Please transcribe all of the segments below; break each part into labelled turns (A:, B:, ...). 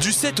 A: 7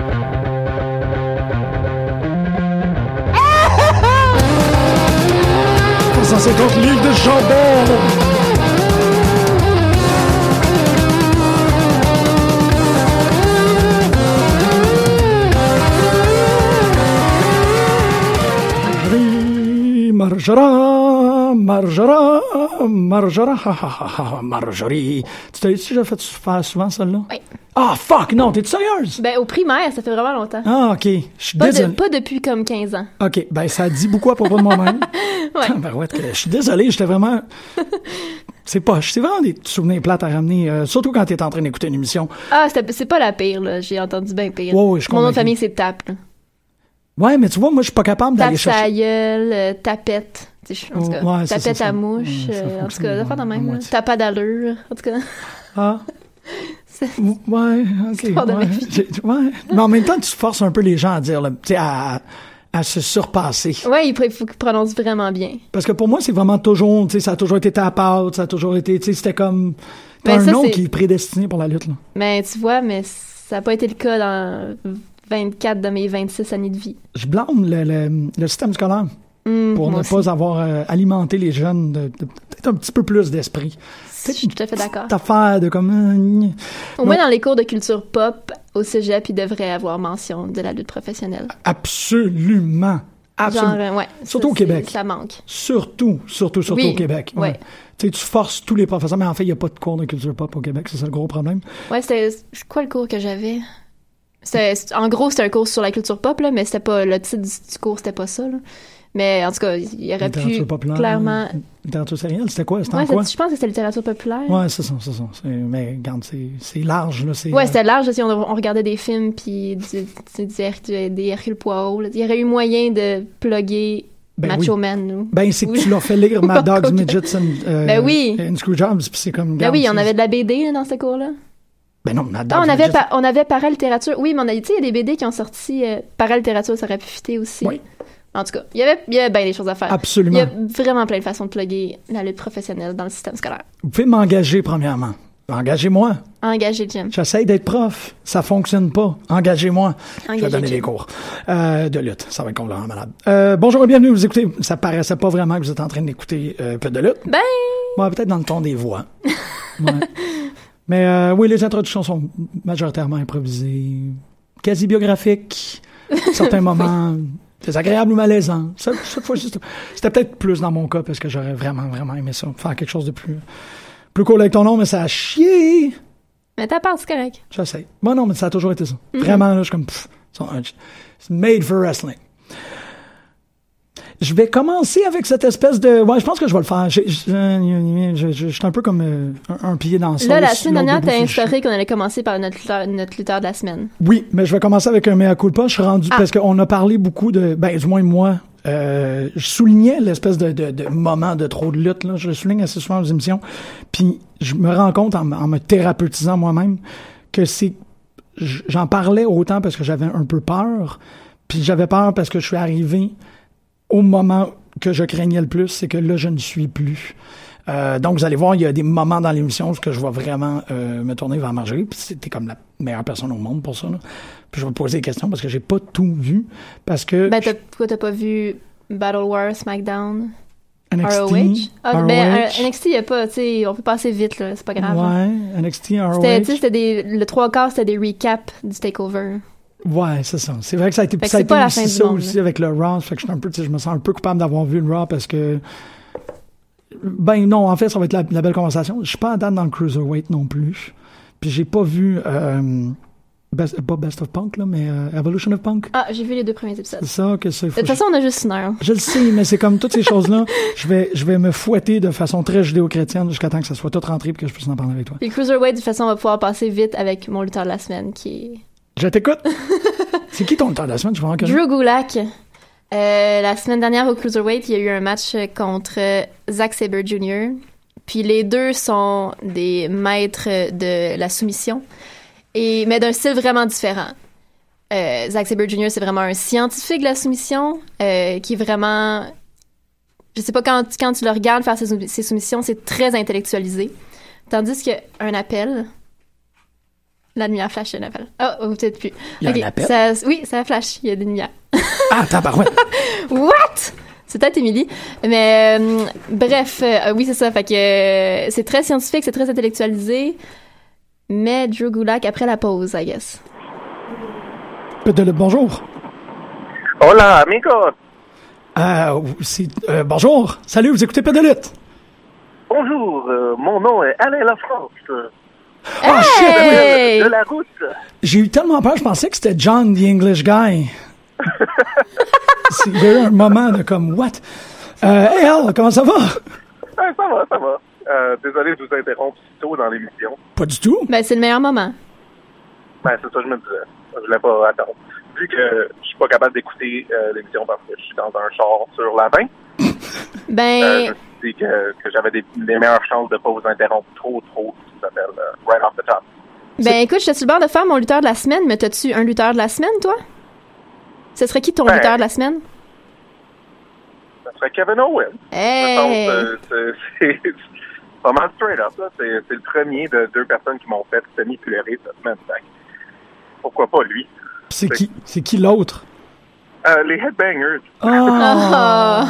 B: l'île de Chambord Marjorie, Marjora, Marjora, Marjora, ha, ha, ha, ha, Marjorie. Tu t'as déjà fait faire souvent celle-là?
C: Oui.
B: Ah, fuck, non, t'es sérieuse?
C: Ben, au primaire, ça fait vraiment longtemps.
B: Ah, ok, je suis
C: Pas, de-
B: désolé.
C: pas depuis comme 15 ans.
B: Ok, ben ça dit beaucoup à propos de moi-même. Ah, ben ouais, que- je suis désolé, j'étais vraiment. C'est poche. C'est vraiment des souvenirs plates à ramener, euh, surtout quand t'es en train d'écouter une émission.
C: Ah, c'était- c'est pas la pire, là. J'ai entendu bien pire.
B: Ouais, ouais, je suis
C: Mon nom de
B: convaincu.
C: famille, c'est Tap. là.
B: Ouais, mais tu vois, moi, je suis pas capable
C: Tape
B: d'aller
C: sa
B: chercher.
C: gueule, euh, tapette. Tu sais, je- en tout cas,
B: Oh, ouais, ça,
C: tapette
B: ça, ça.
C: à mouche.
B: Ouais, ça
C: euh, en tout
B: fonctionne,
C: cas,
B: ouais,
C: d'affaires de
B: à
C: même. là.
B: moitié.
C: T'as pas d'allure. En tout cas,
B: Ah.
C: C'est-
B: Ou- Ouais, ok.
C: Histoire de
B: ouais,
C: ma vie.
B: j'ai- ouais. Mais en même temps, tu forces un peu les gens à dire, là, tu sais, à, à se surpasser.
C: ouais, il faut, il faut qu'il prononce vraiment bien.
B: Parce que pour moi, c'est vraiment toujours, tu sais, ça a toujours été tap out, ça a toujours été, tu sais, c'était comme. T'as
C: Ben,
B: un
C: ça,
B: nom
C: c'est-
B: qui est prédestiné pour la lutte, là.
C: Mais tu vois, mais ça n'a pas été le cas dans 24 de mes 26 années de vie.
B: Je blâme le, le- le système scolaire
C: Hum,
B: pour
C: moi
B: ne
C: aussi.
B: pas avoir euh, alimenté les jeunes de, de- peut-être un petit peu plus d'esprit.
C: Je suis tout à fait d'accord.
B: Cette affaire de comme. euh, gn-
C: Au moins, dans les cours de culture pop au cégep, il devrait avoir mention de la lutte professionnelle.
B: Absolument. Absolument.
C: Genre, euh, ouais.
B: Surtout
C: ça,
B: au Québec.
C: c'est- Ça manque.
B: Surtout, surtout, surtout
C: Oui,
B: au Québec.
C: ouais.
B: Tu sais, tu forces tous les professeurs, mais en fait, il n'y a pas de cours de culture pop au Québec, c'est ça le gros problème.
C: Ouais, c'était c'est quoi le cours que j'avais C'était- c'est- en gros, c'était un cours sur la culture pop là, mais c'était pas le titre du, du cours, c'était pas ça là. Mais en tout cas, il y aurait pu
B: Littérature populaire.
C: clairement
B: Littérature sérielle, c'était quoi? C'était
C: Ouais,
B: en quoi?
C: c'est- je pense que c'était littérature populaire.
B: Ouais, c'est ça, c'est ça. C'est- Mais regarde, c'est- c'est large, là. c'est,
C: Ouais,
B: euh,
C: c'était large, là, si on, on regardait des films puis du, du- du Her- du- des Hercule Poirot. là. Il y aurait eu moyen de plugger
B: ben
C: Macho
B: oui.
C: Man. ou-
B: Ben, c'est que
C: Oui.
B: tu leur fais lire Mad
C: Marco
B: Dogs,
C: Gay.
B: Midgets and, euh,
C: Ben oui.
B: and Screwjobs, puis c'est comme...
C: Ben
B: regarde,
C: oui, on
B: c'est-
C: avait de la BD là, dans ce cours-là.
B: Ben non, Mad Dogs,
C: Ah, on avait
B: Midgets-
C: pa- on avait paralittérature. Oui, mais on a tu sais, il y a des BD qui ont sorti euh, paralittérature, ça aurait pu fitter aussi.
B: Oui.
C: En tout cas, il y avait il y avait bien des choses à faire. Il
B: Absolument.
C: y a vraiment plein de façons de plugger la lutte professionnelle dans le système scolaire.
B: Vous pouvez m'engager, premièrement. Engagez-moi.
C: Engager Jim.
B: J'essaye d'être prof. Ça fonctionne pas. Engagez-moi. Je vais
C: Engagez-le.
B: donner des cours euh, de lutte. Ça va être complètement malade. Euh, bonjour et bienvenue. Vous écoutez. Ça paraissait pas vraiment que vous êtes en train d'écouter euh, peu de lutte.
C: Ben,
B: Ouais, peut-être dans le ton des voix. Ouais. Mais euh, oui, les introductions sont majoritairement improvisées, quasi biographiques, certains moments désagréables ou malaisants. Cette, cette fois-ci, c'était- c'était peut-être plus dans mon cas parce que j'aurais vraiment, vraiment aimé ça. Faire quelque chose de plus, plus cool avec ton nom, mais ça a chié.
C: mais ta part, c'est correct.
B: J'essaie. Bon, non, mais ça a toujours été ça.
C: Mm-hmm.
B: Vraiment, là, je suis comme. pff, C'est made for wrestling. Je vais commencer avec cette espèce de. Ouais, je pense que je vais le faire. J'ai- j'ai- euh, Je je- je suis un peu comme euh, un, un pied dans le
C: Là,
B: sauce,
C: la semaine
B: l'autre
C: dernière,
B: debout
C: t'as
B: fichu.
C: instauré qu'on allait commencer par notre lutteur, notre lutteur de la semaine.
B: Oui, mais je vais commencer avec un mea culpa. Je suis rendu
C: Ah.
B: parce qu'on a parlé beaucoup de, ben du moins moi, euh, je soulignais l'espèce de, de, de moment de trop de lutte. Là. Je le souligne assez souvent aux émissions. Puis je me rends compte en, m- en me thérapeutisant moi-même que c'est, j- j'en parlais autant parce que j'avais un peu peur. Puis j'avais peur parce que je suis arrivé au moment que je craignais le plus, c'est que là, je ne suis plus. Euh, donc, vous allez voir, il y a des moments dans l'émission où je vais vraiment euh, me tourner vers Marjorie, puis c'était comme la meilleure personne au monde pour ça. là. Puis je vais poser des questions parce que j'ai pas tout vu, parce que
C: Ben, t'as, pourquoi t'as pas vu Battle War, SmackDown,
B: NXT,
C: ROH? Ah, ben,
B: ROH,
C: euh, NXT, y a pas, tu sais, on peut passer vite, là, c'est pas grave. hein.
B: ouais, NXT, ROH,
C: C'était, tu sais, c'était des, le trois quarts, c'était des recaps du takeover.
B: ouais, c'est ça. C'est vrai que ça a été,
C: Fait que
B: ça a
C: c'est
B: été
C: pas la
B: aussi
C: fin du
B: ça
C: monde,
B: aussi avec le Raw, fait que je, suis un peu, tu sais, je me sens un peu coupable d'avoir vu le Raw parce que Ben non, en fait, ça va être la, la belle conversation. Je suis pas en date dans le Cruiserweight non plus. Puis j'ai pas vu euh, Best- pas Best of Punk, là, mais euh, Evolution of Punk.
C: Ah, j'ai vu les deux premiers épisodes.
B: C'est ça que c'est.
C: De toute façon, on a juste une heure.
B: Je le sais, mais c'est comme toutes ces choses-là. Je vais, je vais me fouetter de façon très judéo-chrétienne jusqu'à temps que ça soit tout rentré et que je puisse en parler avec toi.
C: Puis Cruiserweight, de toute façon, on va pouvoir passer vite avec mon lutteur de la semaine, qui est
B: Je t'écoute. C'est qui ton lutteur de la semaine? Je vois encore.
C: Drew Gulak. Euh, la semaine dernière au Cruiserweight, il y a eu un match contre euh, Zack Sabre Jr. Puis les deux sont des maîtres de la soumission, et, mais d'un style vraiment différent. Euh, Zack Sabre Jr., c'est vraiment un scientifique de la soumission euh, qui est vraiment. Je sais pas, quand, quand tu le regardes faire ses, sou- ses soumissions, c'est très intellectualisé. Tandis qu'un appel. La lumière flash, il y a un appel. Ah, oh, peut-être plus.
B: Il y a
C: Ok,
B: un appel?
C: ça- oui, ça flash, il y a des lumières.
B: Ah, tabarouette!
C: What? C'est peut-être Émilie. Mais euh, bref, euh, oui, c'est ça. Fait que euh, c'est très scientifique, c'est très intellectualisé. Mais Drew Gulak après la pause, I guess.
B: Peut-être le bonjour.
D: Hola, amigos.
B: Ah, c'est, euh, bonjour. Salut, vous écoutez Pas de lutte.
D: Bonjour, euh, mon nom est Alain Lafrance, euh,
B: Ah, shit!
C: Hey!
D: de la route.
B: J'ai eu tellement peur, je pensais que c'était John the English Guy. C'est- Il y a eu un moment de comme, what? Euh, hey Al, comment ça va?
D: Ah, ça va, ça va. Euh, désolé de vous interrompre si tôt dans l'émission.
B: Pas du tout.
C: Ben, c'est le meilleur moment.
D: Ben, c'est ça que je me disais. Je voulais pas attendre. Vu que je suis pas capable d'écouter euh, l'émission parce que je suis dans un char sur la main, euh, je
C: Ben,
D: me suis dit que, que j'avais des, des meilleures chances de pas vous interrompre trop, trop, ce qui s'appelle euh, right off the top.
C: ben écoute, je suis le bord de faire mon lutteur de la semaine, mais t'as-tu un lutteur de la semaine, toi? Ce serait qui ton
D: Ben.
C: lutteur de la semaine?
D: Ça serait Kevin Owens.
C: Hey!
D: Je pense, euh, c'est- c'est c'est pas mal straight up. là. C'est c'est le premier de deux personnes qui m'ont fait semi-pleurer cette semaine. Fait que Pourquoi pas lui?
B: C'est qui, c'est qui l'autre?
D: Euh, les Headbangers.
B: Ah!
C: Ah.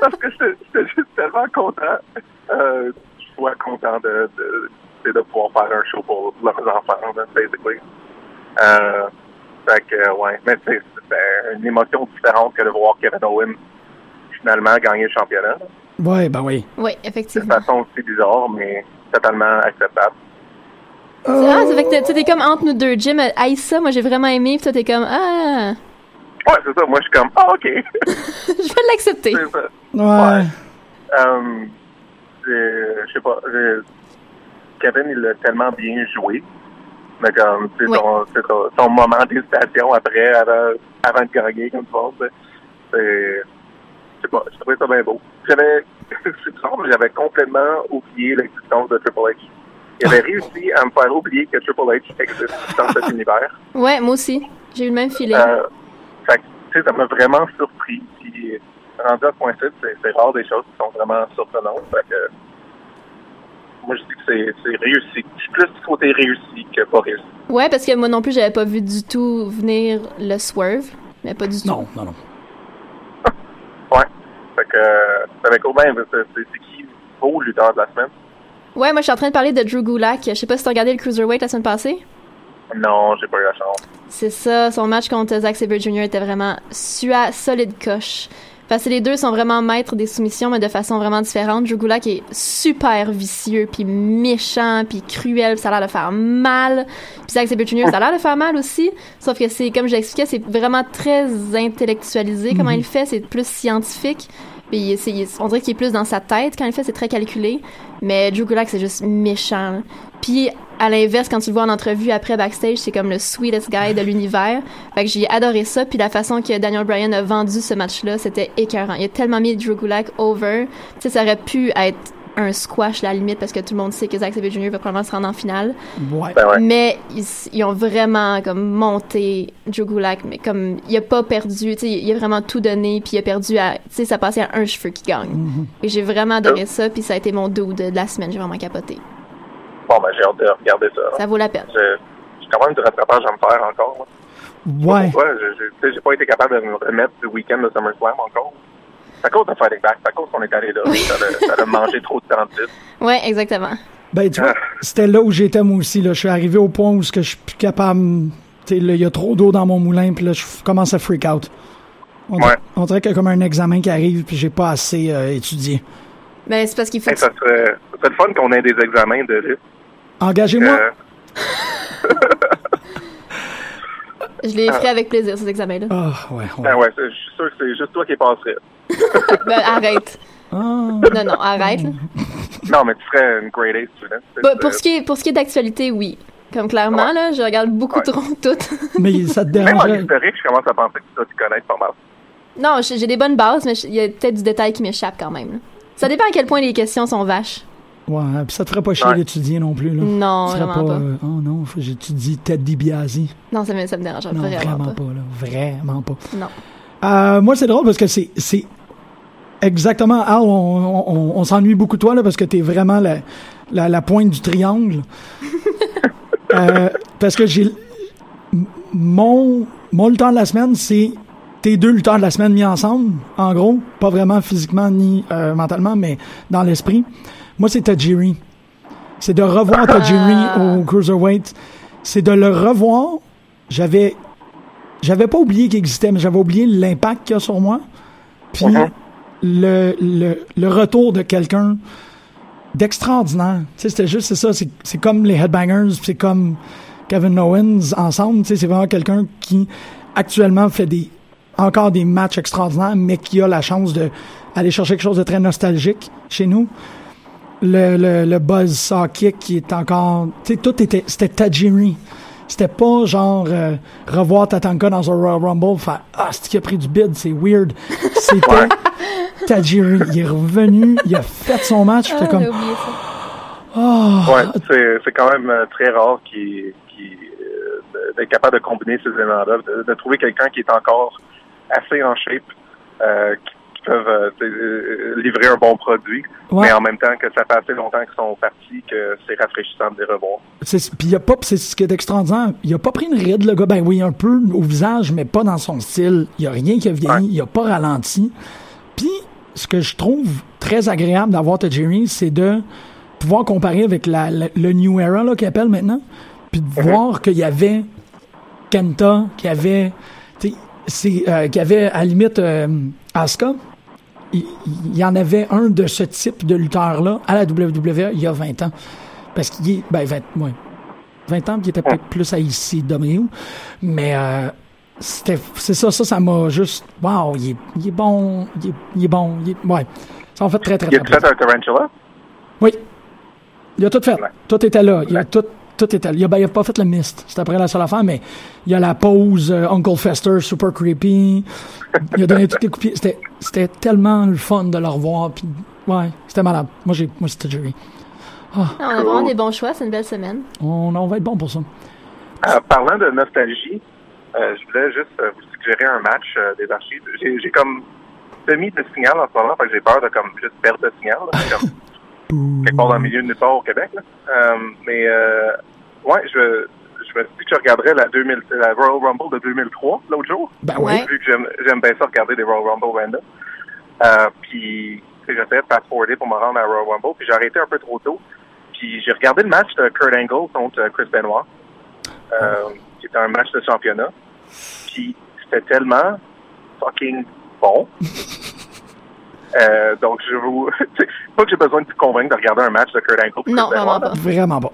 D: Parce que j'étais j'étais juste tellement content. Euh, je suis content de, de, de, de pouvoir faire un show pour leurs enfants, là, basically. Euh, fait que, euh, ouais. Mais c'est c'est une émotion différente que de voir Kevin Owens finalement gagner le championnat.
B: Ouais, ben oui.
C: Oui,
D: De
C: effectivement.
D: façon aussi bizarre, mais totalement acceptable.
C: Ah, ça fait que t'es- t'es comme entre nous deux. Jim, elle haït ça, moi j'ai vraiment aimé, puis toi t'es comme, ah,
D: Ouais, c'est ça. Moi, je suis comme, ah, OK.
C: je vais l'accepter.
D: C'est ça.
B: Ouais.
D: Euh, c'est- je sais pas. euh, Kevin, il l'a tellement bien joué. Mais comme, c'est
C: Oui.
D: son, c'est son, son moment d'hésitation après, avant, avant de gagner, comme tu penses. là. C'est. Je sais pas, je trouvais ça bien beau. J'avais. C'est bizarre, mais j'avais complètement oublié l'existence de Triple H. Il avait réussi à me faire oublier que Triple H existe dans cet univers.
C: Ouais, moi aussi. J'ai eu le même feeling.
D: Euh, fait que, tu sais, ça m'a vraiment surpris. Puis, euh, rendu à ce point-ci, c'est, c'est rare des choses qui sont vraiment surprenantes. Fait que, euh, moi, je dis que c'est, c'est réussi. Je suis plus du côté réussi que pas réussi.
C: Ouais, parce que moi non plus, j'avais pas vu du tout venir le swerve. Mais pas du tout.
B: Non, non, non.
D: Ouais. Fait que, euh, c'est avec Aubin, c'est, c'est, c'est qui vos lutteurs de la semaine?
C: Ouais, moi je suis en train de parler de Drew Gulak. Je sais pas si t'as regardé le Cruiserweight la semaine passée.
D: Non, j'ai pas eu la chance.
C: C'est ça, son match contre Zack Sabre Jr. était vraiment sua, solide coche. Parce que les deux sont vraiment maîtres des soumissions, mais de façon vraiment différente. Drew Gulak est super vicieux, puis méchant, puis cruel, puis ça a l'air de faire mal. Puis Zack Sabre Jr., ça a l'air de faire mal aussi. Sauf que c'est, comme je l'expliquais, c'est vraiment très intellectualisé comment il fait, c'est plus scientifique. Puis il- c'est- il- on dirait qu'il est plus dans sa tête quand il fait, c'est très calculé. Mais Drew Gulak, c'est juste méchant. là. Puis à l'inverse, quand tu le vois en entrevue après backstage, c'est comme le sweetest guy de l'univers. Fait que j'ai adoré ça. Puis la façon que Daniel Bryan a vendu ce match-là, c'était écœurant. Il a tellement mis Drew Gulak over. Tu sais, ça aurait pu être un squash, la limite, parce que tout le monde sait que Zack Sabre Jr. va probablement se rendre en finale.
B: Ouais.
D: Ben ouais.
C: Mais ils, ils ont vraiment comme monté Drew Gulak, mais comme il a pas perdu, tu sais, il a vraiment tout donné, puis il a perdu à, tu sais, ça passait à un cheveu qui gagne. Et j'ai vraiment adoré ça, puis ça a été mon dos de la semaine, j'ai vraiment capoté.
D: Bon, ben, j'ai hâte de regarder ça.
C: Ça vaut la peine.
D: Je, j'ai quand même du rattrapage à me faire encore. là.
B: Ouais.
D: Ouais, je, je, tu sais, j'ai pas été capable de me remettre du week-end de SummerSlam encore. C'est à cause de Fighting Back, c'est à cause qu'on est allé là. Ça a- Ça a mangé trop de temps de suite.
C: Ouais, exactement.
B: Ben, tu vois,
D: Ah.
B: c'était là où j'étais moi aussi. Là. Je suis arrivé au point où ce que je suis plus capable. Tu sais, là, il y a trop d'eau dans mon moulin, puis là, je f- commence à freak out. On, dirait-
D: Ouais.
B: on dirait qu'il y a comme un examen qui arrive, puis j'ai pas assez euh, étudié.
C: Ben, c'est parce qu'il faut.
D: Hey, ça, serait, ça serait le fun qu'on ait des examens de lutte.
B: Engagez-moi.
D: Euh,
C: Je les
D: ah.
C: ferai avec plaisir, ces examens-là.
B: Ah, ouais. ouais.
D: ben ouais, c'est- je suis sûr que c'est juste toi qui passerais.
C: Ben, arrête.
B: Ah.
C: Non, non, arrête. là.
D: Non, mais tu serais une grade A student.
C: Bah, pour, ce qui est, pour ce qui est d'actualité, oui. Comme clairement,
D: Ouais.
C: là, je regarde beaucoup
D: Ouais.
C: trop toutes.
B: Mais ça te
D: Même en
B: dérangerait.
D: historique, je commence à penser que tu dois t'y connaître pas mal.
C: non, j'ai j'ai des bonnes bases, mais il y a peut-être du détail qui m'échappe quand même. là. Ça dépend à quel point les questions sont vaches.
B: Ouais, hein, puis ça te ferait pas chier
D: Ouais.
B: d'étudier non plus, là.
C: Non,
B: Tu serais
C: vraiment pas.
B: euh, oh non, faut- j'étudie Ted DiBiase.
C: Non, ça me, ça me dérange
B: Non,
C: vraiment,
B: vraiment
C: pas.
B: pas. là. Vraiment pas.
C: Non.
B: Euh, moi, c'est drôle parce que c'est, c'est exactement. Al, on, on- on- on s'ennuie beaucoup de toi là, parce que t'es vraiment la, la, la pointe du triangle. Euh, parce que j'ai. m- Mon, mon lutteur de la semaine, c'est tes deux lutteurs de la semaine mis ensemble, en gros. Pas vraiment physiquement ni euh, mentalement, mais dans l'esprit. Moi, c'est Tajiri. C'est de revoir Tajiri au Cruiserweight. C'est de le revoir. J'avais j'avais pas oublié qu'il existait, mais j'avais oublié l'impact qu'il a sur moi. Puis le, le, le retour de quelqu'un d'extraordinaire. Tu sais, c'était juste, c'est ça, c'est, c'est comme les Headbangers, puis c'est comme Kevin Owens ensemble. Tu sais, c'est vraiment quelqu'un qui actuellement fait des encore des matchs extraordinaires, mais qui a la chance de aller chercher quelque chose de très nostalgique chez nous. Le, le, le buzz kick qui est encore, tu sais, tout était, c'était Tajiri. C'était pas genre euh, revoir Tatanka dans un Royal Rumble, faire ah c'est qui a pris du bid, c'est weird. C'était Tajiri, il est revenu, il a fait son match,
C: Ah,
B: j'étais comme
C: j'ai oublié ça.
D: Ouais, c'est, c'est quand même euh, très rare qu'il, qu'il, euh, de- d'être capable de combiner ces éléments-là, de, de trouver quelqu'un qui est encore assez en shape, euh, qui, qui peuvent euh, t'sais, euh, livrer un bon produit,
B: Ouais.
D: mais en même temps que ça fait assez longtemps qu'ils sont partis que c'est rafraîchissant de les revoir.
B: C'est- Puis il a pas, c'est ce qui est extraordinaire, il a pas pris une ride, le gars. Ben oui, un peu au visage, mais pas dans son style. Il y a rien qui a vieilli,
D: Ouais.
B: il a pas ralenti. Puis ce que je trouve très agréable d'avoir Tajiri, c'est de pouvoir comparer avec la, la- le New Era là qu'il appelle maintenant, puis de
D: Mhm.
B: voir qu'il y avait Kenta, qu'il y avait, tu sais, c'est, euh, qu'il y avait à la limite euh, Asuka. Il il y en avait un de ce type de lutteur-là à la WWE il y a 20 ans. Parce qu'il est, ben, 20, ouais, 20 ans, puis il était peut-être plus à ici, Domino. Mais, euh, c'était, c'est ça, ça, ça m'a juste, wow, il est, il est bon, il est, il est bon, il est, ouais. Ça en fait très, très,
D: Il
B: très
D: y a tout
B: plaisir.
D: fait un Tarantula?
B: Oui. Il a tout fait.
D: Ouais.
B: Tout était là. Il a tout, tout était là. Il a, ben, il a pas fait le mist. C'est après la seule affaire, mais il a la pause euh, Uncle Fester, super creepy. Il a donné toutes les coups de pied. C'était, c'était tellement le fun de le revoir. Puis, ouais, c'était malade. Moi, j'ai, moi, c'était Jerry.
C: Non, on a vraiment des bons choix, c'est une belle semaine.
B: On, on va être bon pour ça.
D: Euh, parlant de nostalgie, euh, je voulais juste euh, vous suggérer un match euh, des archives. J'ai, j'ai comme semi de signal en ce moment, fait que j'ai peur de comme juste perdre de signal. là. C'est comme- quelque part dans le milieu de nulle part au Québec. là. Euh, mais euh, ouais, je, je me suis dit que je regarderais la, 2000, la Royal Rumble de 2003 l'autre jour.
B: Ben
C: oui. Ouais.
D: Vu que j'aime, j'aime bien ça regarder des Royal Rumble random. Euh, puis tu sais, j'essayais de fast-forwarder pour me rendre à Royal Rumble, puis j'ai arrêté un peu trop tôt. Puis j'ai regardé le match de Kurt Angle contre euh, Chris Benoit, euh, qui était un match de championnat. Puis c'était tellement fucking bon. Euh, donc, je vous. c'est pas que j'ai besoin de vous convaincre de regarder un match de Kurt Angle. puis
C: Non,
D: Chris
C: vraiment
D: Benoit,
C: pas.
B: Vraiment pas.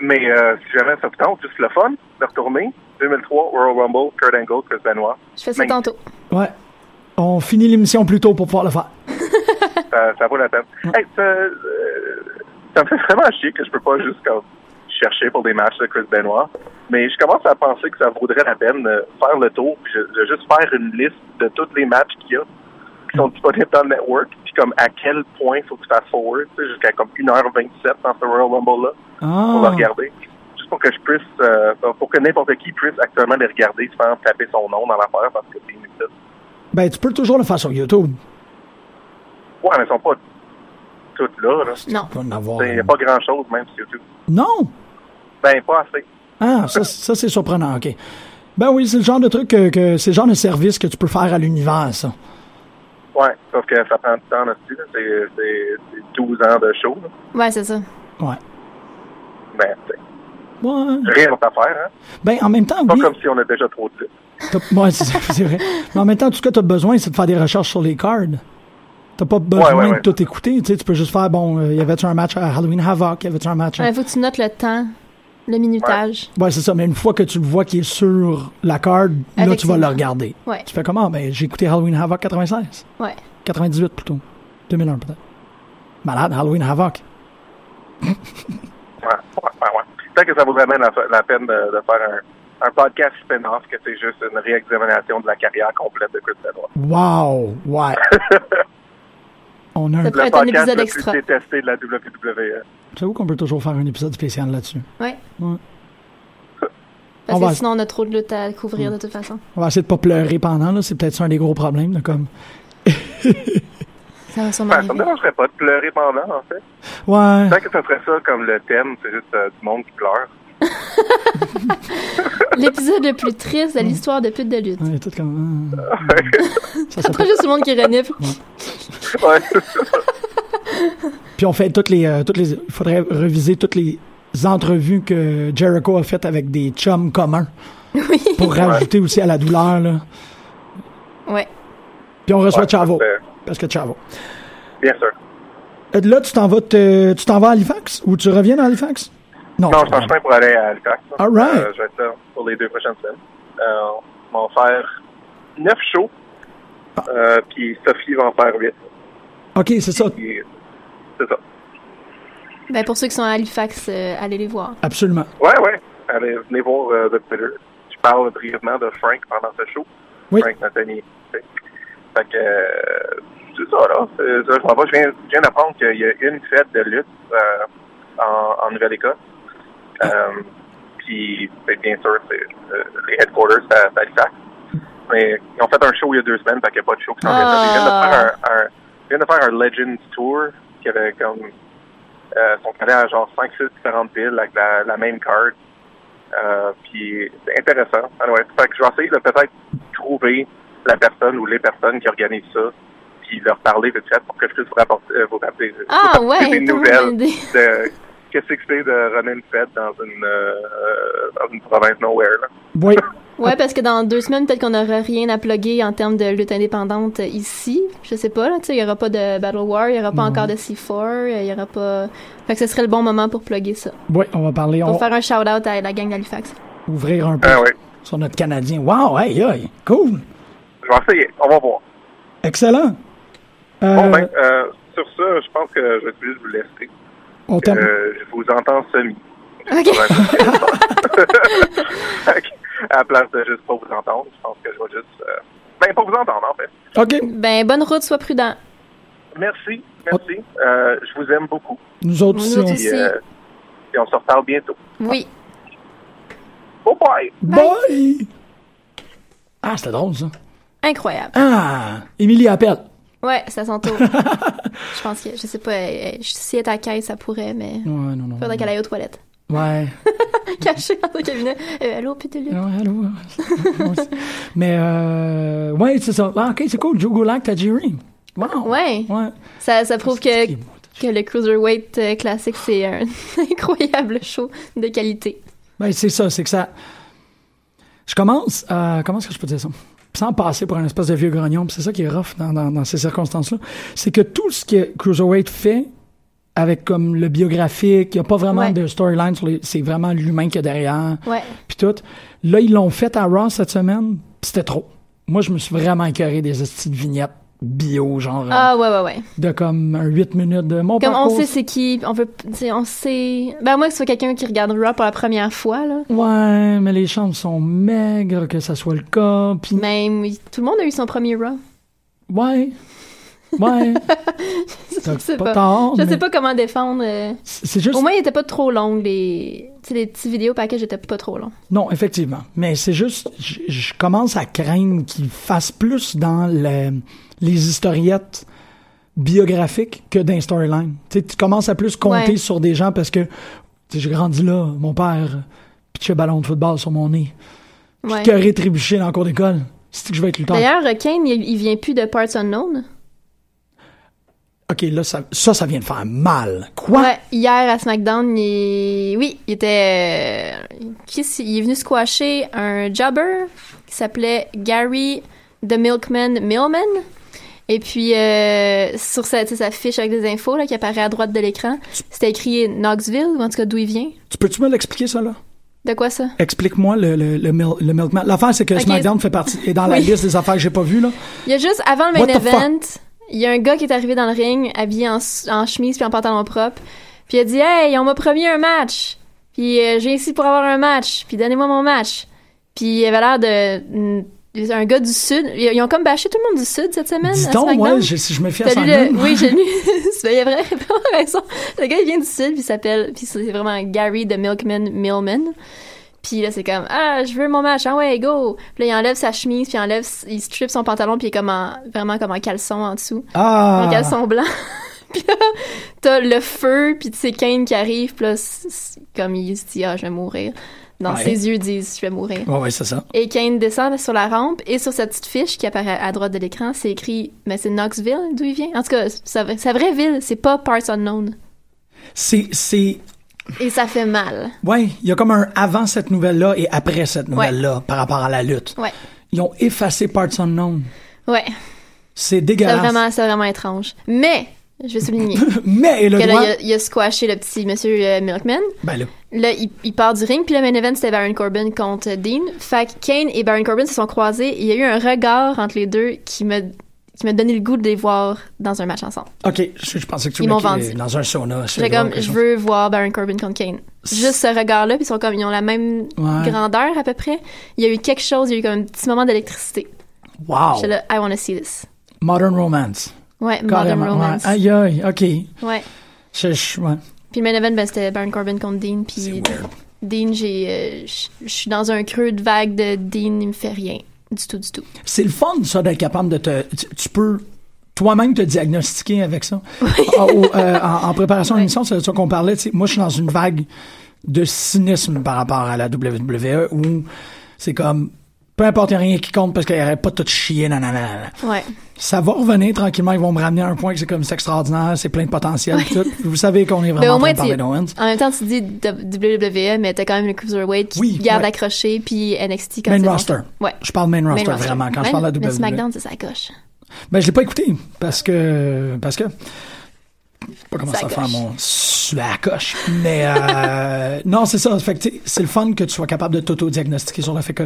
D: Mais euh, si jamais ça vous tente, juste le fun de retourner. 2003, Royal Rumble, Kurt Angle, Chris Benoit.
C: Je fais ça
D: Magnifique.
C: tantôt.
B: Ouais. On finit l'émission plus tôt pour pouvoir le faire.
D: Ça, ça vaut la peine. Hey, ça, euh, ça me fait vraiment chier que je peux pas juste comme, chercher pour des matchs de Chris Benoit. Mais je commence à penser que ça vaudrait la peine de faire le tour, puis de de juste faire une liste de tous les matchs qu'il y a qui sont disponibles dans le network, puis comme à quel point faut que tu fasses forward, tu sais, jusqu'à comme 1h27 dans ce Royal Rumble-là.
B: Ah.
D: pour le regarder. Juste pour que je puisse, euh, pour que n'importe qui puisse actuellement les regarder sans taper son nom dans l'affaire parce que c'est inutile.
B: Ben, tu peux toujours le faire sur YouTube.
D: Ouais, mais ils sont pas toutes là. là.
C: Non.
B: Tu peux en avoir.
D: Il n'y a pas grand chose même sur YouTube.
B: Non!
D: Ben, pas assez.
B: Ah, ça, ça c'est surprenant, ok. Ben oui, c'est le genre de truc que, que- c'est le genre de service que tu peux faire à l'univers, ça.
D: Ouais, sauf que ça prend du temps là-dessus. là. C'est- C'est c'est 12 ans de show. là.
C: Ouais, c'est ça.
B: Ouais.
D: Ben, c'est
B: Ouais.
D: rien à faire. Hein.
B: Ben en même temps,
D: Pas
B: oui.
D: comme si on a déjà trop de titres.
B: t'as- ouais, c'est c'est vrai. Mais en même temps, tout ce que t'as besoin, c'est de faire des recherches sur les cards. T'as pas besoin
D: ouais,
B: de
D: ouais.
B: tout écouter, tu sais, tu peux juste faire, bon, euh, y avait-tu un match à Halloween Havoc, y avait-tu un match à...
C: Il faut que tu notes le temps, le minutage.
B: Ouais, c'est ça, mais une fois que tu le vois qui est sur la card, là, tu vas
C: Effectivement.
B: le regarder.
C: Ouais.
B: Tu fais comment? Ben, j'ai écouté Halloween Havoc 96.
C: Ouais.
B: 98 plutôt. 2001 peut-être. Malade, Halloween Havoc.
D: Ouais, ouais, ouais, ouais. peut-être que ça vaudrait bien la, la peine de, de faire un, un podcast spin-off que c'est juste une réexamination de la carrière complète de Chris Benoit.
B: Wow! Ouais. On a un...
C: Ça pourrait
D: Le
C: être un
D: podcast
C: épisode
D: le plus
C: extra.
D: détesté de la E. WWE.
B: J'avoue qu'on peut toujours faire un épisode spécial là-dessus.
C: Ouais.
B: Ouais.
C: Parce
B: On
C: que
B: va-
C: sinon, on a trop de luttes à couvrir de toute façon.
B: On va essayer de pas pleurer pendant, là. C'est peut-être ça un des gros problèmes, là, comme...
C: Ça va sûrement
D: Enfin, Ben, ça me
C: arriver.
D: dérangerait pas de pleurer pendant, en fait.
B: Ouais.
D: Peut-être que ça serait ça comme le thème, c'est juste euh, du monde qui pleure.
C: L'épisode le plus triste de l'histoire de pute de lutte.
B: Ouais, tout comme... euh, ça, ça
C: Pas
B: peut-
C: juste le monde qui renifle.
D: Ouais.
B: Puis on fait toutes les, euh, toutes les... Il faudrait reviser toutes les entrevues que Jericho a faites avec des chums communs. Pour rajouter aussi à la douleur, là.
C: Ouais.
B: Puis on reçoit
D: Ouais,
B: Chavo.
D: c'est-
B: Parce que Chavo.
D: Bien sûr.
B: Euh, Là, tu t'en vas, te- tu t'en vas à Halifax ou tu reviens à Halifax?
D: Non, je suis en chemin pour aller à Halifax.
B: All right.
D: Euh, je vais être là pour les deux prochaines semaines. Euh, ils vont faire neuf shows.
B: Ah.
D: Euh, puis Sophie va en faire huit.
B: Ok, c'est ça.
D: Puis, C'est ça.
C: Ben, pour ceux qui sont à Halifax, euh, allez les voir.
B: Absolument.
D: Ouais, ouais. Allez, venez voir euh, The Twitter. Je parle brièvement de Frank pendant ce show.
B: Oui.
D: Frank Nathaniel. tu sais. Fait que, euh, c'est ça, là. C'est ça, je m'en vais. Je viens, je viens d'apprendre qu'il y a une fête de lutte euh, en, en Nouvelle-Écosse. Euh, Puis, ben, bien sûr, c'est, euh, les headquarters à à Halifax. Mais ils ont fait un show il y a deux semaines, fait qu'il n'y a pas de show qui s'en vient. Ils viennent de faire un, un- ils viennent de faire un Legends Tour qui avait comme euh, sont allés à genre 5-6 différentes villes avec la, la même carte. Euh, puis c'est intéressant. Anyway, fait que je vais essayer de peut-être trouver la personne ou les personnes qui organisent ça, puis leur parler vite fait pour que je puisse vous rapporter, euh, vous rappeler
C: Ah
D: vous
C: ouais,
D: rapporter des
C: t'as
D: nouvelles
C: une idée.
D: de qu'est-ce que c'est de runner une fête dans une, euh, euh, dans une province nowhere. Là.
B: Oui.
C: Ouais, parce que dans deux semaines, peut-être qu'on n'aura rien à plugger en termes de lutte indépendante euh, ici. Je sais pas, là, tu sais, il n'y aura pas de Battle War, il n'y aura pas encore de C4, euh, il n'y aura pas... Fait que ce serait le bon moment pour plugger ça.
B: Oui, on va parler,
C: Pour
B: on va
C: faire un shout-out à la gang d'Halifax.
B: ouvrir un peu
D: Ah ouais.
B: sur notre Canadien. Wow, hey, hey, cool.
D: Je vais essayer. On va voir.
B: Excellent. Euh,
D: Bon, ben, euh, sur ça, je pense que je vais juste vous laisser.
B: on t'aime.
D: Euh, je vous entends semi.
C: OK.
D: à la place de juste pas vous entendre, je pense que je vais juste. euh, Ben, pas vous entendre, en fait.
B: OK,
C: Ben, bonne route, sois prudent.
D: Merci, merci. Euh, je vous aime beaucoup.
B: nous autres, aussi,
C: Nous
B: on-
C: aussi.
D: Et, euh, et on se reparle bientôt.
C: Oui.
D: Bye bye!
B: Bye! Ah, c'était drôle, ça.
C: Incroyable.
B: Ah, Émilie appelle.
C: Ouais, c'est à son tour. je pense que, je sais pas, euh, si elle est à la caisse, ça pourrait, mais...
B: Ouais, non, non.
C: Faudrait qu'elle aille aux toilettes.
B: Ouais.
C: Cachée dans le cabinet. Euh, allô, pute de lutte.
B: Ouais, allô. Mais, euh, ouais, c'est ça. Ah, OK, c'est cool. Joe Gulak, t'as Jerry. Wow.
C: Ouais.
B: Ouais.
C: Ça, ça prouve que,
B: C'est beau,
C: que le Cruiserweight euh, classique, c'est un incroyable show de qualité.
B: Ben, c'est ça, c'est que ça. Je commence à. Comment est-ce que je peux dire ça? Sans passer pour un espèce de vieux grognon, puis c'est ça qui est rough dans, dans- dans ces circonstances-là. C'est que tout ce que Cruiserweight fait avec comme le biographique, il n'y a pas vraiment
C: Ouais.
B: de storyline, sur les- c'est vraiment l'humain qui est derrière,
C: Ouais.
B: puis tout. Là, ils l'ont fait à Raw cette semaine, puis c'était trop. Moi, je me suis vraiment écœuré des hosties de vignettes bio, genre, euh,
C: Ah, ouais, ouais, ouais.
B: de comme un 8 minutes de mon
C: Comme on
B: parcours.
C: sait c'est qui, on veut, tu sais, on sait. Ben, moi, que ce soit quelqu'un qui regarde Raw pour la première fois, là.
B: Ouais, mais les chambres sont maigres, que ça soit le cas, puis
C: Même, tout le monde a eu son premier Raw.
B: Ouais. Ouais.
C: je
B: T'as
C: sais
B: pas
C: pas.
B: tort,
C: Je
B: mais
C: sais pas comment défendre. euh.
B: C'est c'est juste.
C: Au moins, il était pas trop long, les. Tu sais, les petits vidéos packages étaient pas trop longs.
B: Non, effectivement. Mais c'est juste. Je je commence à craindre qu'ils fassent plus dans le- les historiettes biographiques que dans les storylines. Tu sais, tu commences à plus compter
C: Ouais.
B: sur des gens parce que. Tu sais, j'ai grandi là, mon père pitchait ballon de football sur mon nez.
C: Ouais.
B: Qui aurait trébuché dans le cours d'école. C'est que je vais être lutteur.
C: D'ailleurs, euh, Kane, il, il vient plus de Parts Unknown.
B: Ok, là, ça, ça, ça vient de faire mal. Quoi?
C: Ouais, hier à SmackDown, il... oui, il était. euh, qui c'est- il est venu squasher un jobber qui s'appelait Gary the Milkman Millman. Et puis, euh, sur sa, tu sais, sa fiche avec des infos là, qui apparaît à droite de l'écran, c'était écrit Knoxville, ou en tout cas d'où il vient.
B: Tu peux-tu me l'expliquer, ça, là?
C: De quoi ça?
B: Explique-moi le, le, le, mil- le Milkman. L'affaire, c'est que
C: Ok.
B: SmackDown fait partie, est dans la
C: Oui.
B: liste des affaires que j'ai pas vues, là.
C: Il y a juste, avant le main
B: What the fuck?
C: event, il y a un gars qui est arrivé dans le ring, habillé en, s- en chemise puis en pantalon propre. Puis il a dit Hey, on m'a promis un match. Puis euh, j'ai ici pour avoir un match. Puis donnez-moi mon match. Puis il avait l'air de mm, un gars du sud. Ils ont comme bâché tout le monde du sud cette semaine.
B: Dis
C: à
B: donc,
C: SmackDown.
B: ouais, je- si je me fie à
C: T'as
B: ça.
C: lu le- Oui, j'ai lu. Il y a vraiment raison. Le gars, il vient du Sud, puis il s'appelle. Puis c'est vraiment Gary de Milkman Millman. Puis là, c'est comme Ah, je veux mon match. Ah ouais, go. Puis là, il enlève sa chemise, puis il enlève. Il strip son pantalon, puis il est comme en, vraiment comme en caleçon en dessous. En
B: Ah,
C: caleçon blanc. puis là, t'as le feu, puis tu sais, Kane qui arrive, puis là, c'est- c'est comme il se dit Ah, je vais mourir. Dans
B: Ouais.
C: ses yeux, ils disent Je vais mourir.
B: ouais, ouais, c'est ça.
C: Et Kane descend sur la rampe et sur cette petite fiche qui apparaît à droite de l'écran, c'est écrit, mais c'est Knoxville d'où il vient. En tout cas, c'est sa sa vraie ville, c'est pas Parts Unknown.
B: C'est, c'est,
C: Et ça fait mal.
B: ouais, il y a comme un avant cette nouvelle-là et après cette nouvelle-là par rapport à la lutte.
C: Ouais.
B: Ils ont effacé Parts Unknown.
C: Ouais.
B: C'est
C: C'est
B: dégueulasse.
C: vraiment, c'est vraiment étrange. Mais, je vais souligner
B: Mais le
C: que là,
B: doigt,
C: il a, il a squashé le petit monsieur euh, Milkman.
B: ben là,
C: Là, il, il part du ring, puis le main event, c'était Baron Corbin contre Dean. Fait que Kane et Baron Corbin se sont croisés. Il y a eu un regard entre les deux qui me qui m'a donné le goût de les voir dans un match ensemble.
B: ok, je, je pensais que tu
C: Ils
B: voulais
C: m'ont
B: qu'il-
C: vendu.
B: dans un sauna. c'est
C: J'étais
B: drôle,
C: comme,
B: quelque
C: je
B: chose.
C: veux voir Baron Corbin contre Kane. Juste ce regard-là, puis ils sont comme, ils ont la même
B: Ouais.
C: grandeur à peu près. Il y a eu quelque chose, il y a eu comme un petit moment d'électricité.
B: Wow.
C: J'étais là, I wanna see this.
B: Modern Romance.
C: Ouais,
B: Carrément.
C: Modern Romance.
B: ouais. Aïe, aïe, ok.
C: Ouais.
B: Je- je- ouais.
C: Puis le main event, ben, c'était Baron Corbin contre Dean,
B: C'est
C: puis
B: weird.
C: Dean, j'ai, euh, je je suis dans un creux de vague de Dean, il me fait rien. Du tout, du tout.
B: C'est le fun, ça, d'être capable de te. Tu, tu peux toi-même te diagnostiquer avec ça. Ah, oh, euh, en, en préparation à l'émission, c'est de ça qu'on parlait. tu sais, Moi, je suis dans une vague de cynisme par rapport à la WWE où c'est comme. Peu importe, y a rien qui compte parce qu'il n'y aurait pas tout chier, nanana. nanana.
C: Ouais.
B: Ça va revenir tranquillement, ils vont me ramener à un point que c'est comme c'est extraordinaire, c'est plein de potentiel. tout. Vous savez qu'on est
C: Mais
B: vraiment
C: Ben, au
B: en train
C: moins,
B: de
C: tu,
B: parler d'Owens.
C: en même temps, tu dis WWE, mais t'as quand même le Cruiserweight qui
B: Oui,
C: garde
B: ouais.
C: accroché, puis NXT quand
B: Main
C: c'est bon.
B: roster.
C: Ouais.
B: Je parle main roster,
C: Main roster.
B: vraiment. Quand je
C: Ouais,
B: parle de E.
C: Mais
B: WWE.
C: SmackDown, c'est sa gauche.
B: Ben, je l'ai pas écouté parce que. Parce que. Pas commencé
C: Sur
B: à
C: la
B: faire
C: coche.
B: mon. Sur la coche. Mais. euh, non, c'est ça. Fait que, tu sais, c'est le fun que tu sois capable de t'auto-diagnostiquer sur le fait que,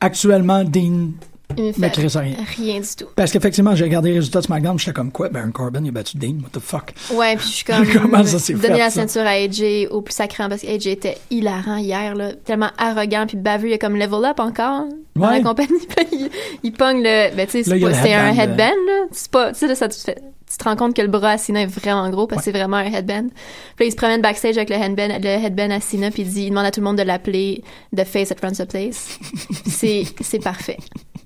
B: actuellement, Dean
C: Il me
B: ne
C: fait
B: crée rien.
C: rien du tout.
B: Parce qu'effectivement, j'ai regardé les résultats de SmackDown, j'étais comme quoi, Baron Corbin, il a battu Dean, what the fuck.
C: Ouais, puis je suis comme.
B: Comment ça s'est
C: Donner
B: fait,
C: la
B: ça?
C: ceinture à AJ au plus sacrant parce que AJ était hilarant hier, là. Tellement arrogant puis baveux. Il a comme level up encore dans
B: Ouais.
C: la compagnie. Puis il, il pogne le. Ben, tu sais,
B: Là,
C: c'est
B: il y a
C: pas-
B: le
C: c'est un
B: headband,
C: headband, là. C'est pas. Tu sais, là, ça te fait. Tu te rends compte que le bras à Cena est vraiment gros parce que c'est vraiment un headband. Puis là, il se promène backstage avec le headband, le headband à Cena puis il dit, il demande à tout le monde de l'appeler The Face at Runs the Place. c'est, c'est parfait.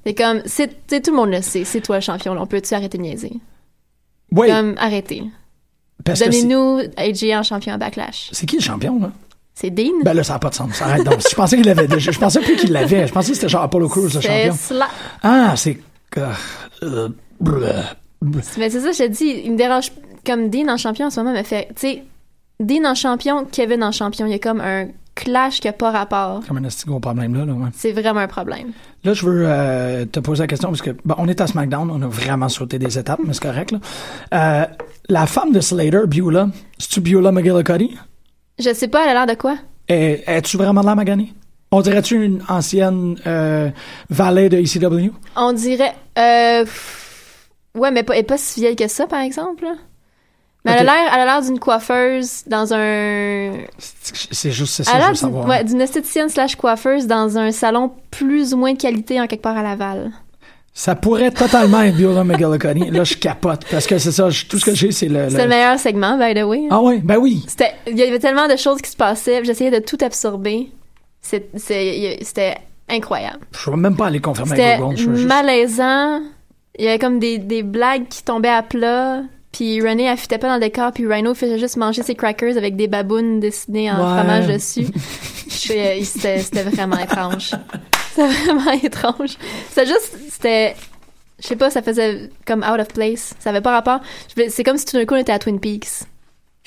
C: C'est comme, c'est, tu sais, tout le monde le sait. C'est toi le champion. là. On peut-tu arrêter de niaiser?
B: Oui,
C: Comme, arrêtez.
B: parce que. c'est-
C: Donnez-nous AJ en champion à Backlash.
B: C'est qui le champion, là?
C: C'est Dean?
B: Ben là, ça n'a pas de sens. Arrête donc. Je pensais qu'il l'avait déjà. Je pensais plus qu'il l'avait. Je pensais que c'était genre Apollo Crews, le
C: c'est
B: champion.
C: cela.
B: Ah, c'est. euh, euh, bleu.
C: Mais Ben, c'est ça, je te dis, il me dérange comme Dean en champion en ce moment, mais fait, tu sais, Dean en champion, Kevin en champion, il y a comme un clash qui n'a pas rapport.
B: Comme un esti gros problème, là, là, ouais.
C: C'est vraiment un problème.
B: Là, je veux euh, te poser la question parce que bon, on est à SmackDown, on a vraiment sauté des étapes, mais c'est correct. Là. Euh, la femme de Slater, Beulah, c'est-tu Beulah McGillicuddy?
C: Je sais pas, elle a l'air de quoi?
B: Et- Es-tu vraiment de la maganée? On dirait-tu une ancienne euh, valet de ECW?
C: On dirait. Euh, pff, ouais, mais pas, elle est pas si vieille que ça, par exemple. là. Mais elle a
B: Ok.
C: l'air- elle a l'air d'une coiffeuse dans un.
B: C'est c'est juste c'est ça
C: Elle a
B: que je
C: l'air
B: veux
C: d'une
B: savoir.
C: ouais, d'une esthéticienne slash coiffeuse dans un salon plus ou moins de qualité en quelque part à Laval.
B: Ça pourrait totalement être Beulah McGillicuddy. Là, je capote parce que c'est ça, je- tout ce que j'ai, c'est le... le-
C: C'est le meilleur segment, by the way.
B: Ah ouais, ben oui.
C: C'était- Il y avait tellement de choses qui se passaient, puis j'essayais de tout absorber. C'est- c'est- il y a- C'était incroyable.
B: Je vais même pas aller confirmer
C: C'était
B: avec Ah, ben, Google. je veux juste-
C: malaisant. Il y avait comme des, des blagues qui tombaient à plat. Puis René affûtait pas dans le décor, puis Rhino faisait juste manger ses crackers avec des babounes dessinées en
B: Ouais.
C: fromage dessus. C'était c'était vraiment étrange. C'était vraiment étrange. C'était juste, c'était, je sais pas, ça faisait comme out of place. Ça avait pas rapport. Je- C'est comme si tout d'un coup on était à Twin Peaks.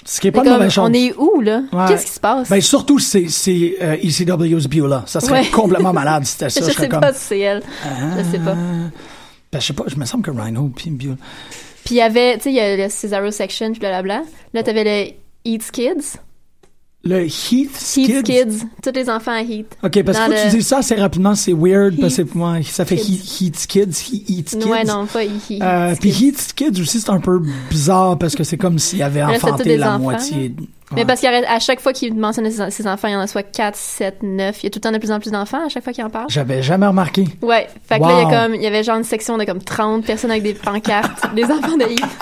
B: Ce qui est
C: C'est
B: pas de
C: comme,
B: mauvaise chose.
C: on est où, là?
B: Ouais.
C: Qu'est-ce qui se passe?
B: Ben surtout c'est c'est euh, ECW's Beulah. Ça serait
C: Ouais.
B: complètement malade si c'était ça.
C: je
B: serais
C: sais
B: comme,
C: pas si c'est elle.
B: Ah.
C: je sais pas.
B: Ben, je sais pas, je me semble que Rhino puis Beulah.
C: Puis il y avait, tu sais, il y a le Cesaro section, puis blablabla. Là, t'avais le Eats Kids.
B: Le Heath, Kids.
C: Heath Kids, tous les enfants à Heath.
B: OK, parce que
C: Dans
B: faut que
C: le-
B: tu dis ça assez rapidement, c'est weird, parce que
C: Heath
B: moi, ça fait
C: Kids.
B: Heath Heath Kids, He Eats Kids.
C: Ouais, non, pas Heath.
B: Euh,
C: Kids.
B: Puis Heath Kids aussi, c'est un peu bizarre, parce que c'est comme s'il avait
C: Là, c'est tous
B: enfanté
C: des
B: la
C: enfants,
B: moitié.
C: Mais
B: Ouais.
C: parce qu'à chaque fois qu'il mentionne ses, ses enfants, il y en a soit 4, 7, 9. Il y a tout le temps de plus en plus d'enfants à chaque fois qu'il en parle.
B: J'avais jamais remarqué.
C: Ouais. Fait que là, il y,
B: Wow.
C: a comme, il y avait genre une section de comme 30 personnes avec des pancartes, des enfants de Heath.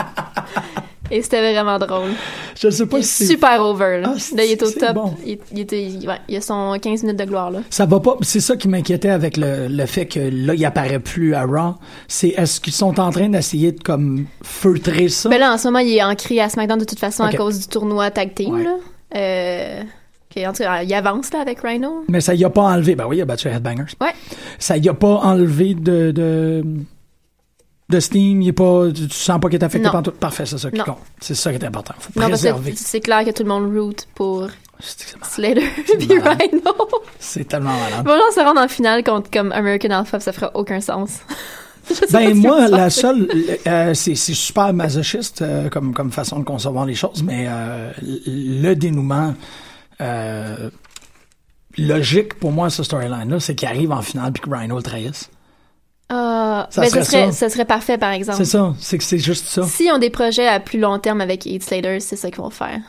C: Et c'était vraiment drôle.
B: Je sais pas
C: Il est
B: si c'est-
C: super over, là.
B: Ah, c'est-
C: Là, il est au
B: c'est
C: top.
B: bon. Ah.
C: Il, il était, il- ouais, il a son 15 minutes de gloire, là.
B: Ça va pas. C'est ça qui m'inquiétait avec le, le fait que là, il apparaît plus à Raw. C'est est-ce qu'ils sont en train d'essayer de comme feutrer ça?
C: Ben là, en ce moment, il est ancré à SmackDown de toute façon
B: Ok.
C: à cause du tournoi tag team,
B: Ouais.
C: là. Euh, ok, en tout cas, il avance, là, avec Rhino.
B: Mais ça y a pas enlevé. Ben oui, il a battu Headbangers.
C: Ouais.
B: Ça y a pas enlevé de, de, de Steam. Il est pas, tu sens pas qu'il est affecté
C: Non.
B: par tout. Parfait, c'est ça qui
C: Non.
B: compte. C'est ça qui est important. Faut
C: Non, parce que
B: préserver.
C: c'est clair que tout le monde root pour
B: C'est Ah, c'est malade.
C: Slater puis
B: malade.
C: Rhino.
B: C'est tellement malade.
C: Bon, genre, se rendre en finale contre comme American Alpha, ça fera aucun sens. Je sais pas ce
B: Ben
C: que
B: moi,
C: vous
B: la
C: pensez.
B: seule, euh, c'est c'est super masochiste euh, comme comme façon de concevoir les choses, mais euh, l- le dénouement euh, logique pour moi, ce storyline-là, c'est qu'il arrive en finale puis que Rhino le trahisse.
C: Ah,
B: Ça
C: ben,
B: serait
C: ce serait,
B: ça.
C: ça serait parfait, par exemple.
B: C'est ça, c'est que c'est juste ça.
C: S'ils ont des projets à plus long terme avec Heath Slater, c'est ça qu'ils vont faire.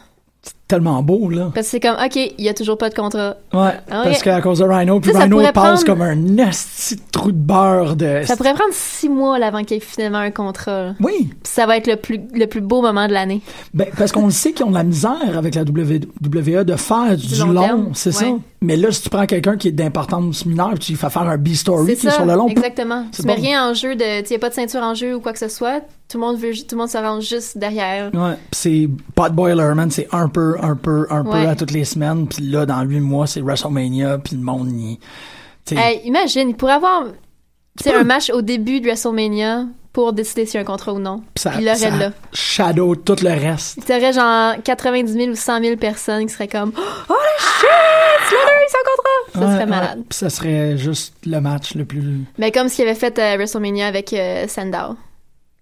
B: Tellement beau là.
C: Parce que c'est comme, OK, il y a toujours pas de contrat.
B: Ouais, parce qu'à cause de Rhino, puis
C: Ah Ça, ça
B: Rhino
C: pourrait
B: passe
C: prendre-
B: comme un nasty de trou de beurre de.
C: Ça pourrait prendre six mois là, avant qu'il y ait finalement un contrat. là.
B: Oui,
C: Puis ça va être le plus, le plus beau moment de l'année.
B: ben, parce qu'on le sait qu'ils ont de la misère avec la WWE de faire du,
C: long
B: long,
C: terme,
B: c'est ça.
C: ouais.
B: Mais là, si tu prends quelqu'un qui est d'importance mineure, tu lui fais faire un
C: C'est
B: B-story qui est
C: ça,
B: sur le long.
C: exactement.
B: C'est
C: Tu mets
B: bon.
C: rien en jeu, de, tu y a pas de ceinture en jeu ou quoi que ce soit. Tout le monde, veut, ju- tout le monde se range juste derrière.
B: Ouais, pis c'est Pot Boiler, man, c'est un peu, un peu, un
C: Ouais.
B: peu à toutes les semaines. Puis là, dans 8 mois, c'est WrestleMania, puis le monde y... t'sais,
C: Hey, imagine, il pourrait avoir tu sais,
B: peux.
C: un match au début de WrestleMania pour décider s'il y a un contrat ou non.
B: pis ça,
C: Puis il l'aurait
B: ça
C: là.
B: shadow tout le reste.
C: Il y aurait genre 90 000 ou 100 000 personnes qui seraient comme Oh shit! Slater, il est en contrat! Ça
B: Ouais,
C: serait
B: ouais,
C: malade.
B: pis ça serait juste le match le plus...
C: Mais comme ce qu'il avait fait à WrestleMania avec euh, Sandow,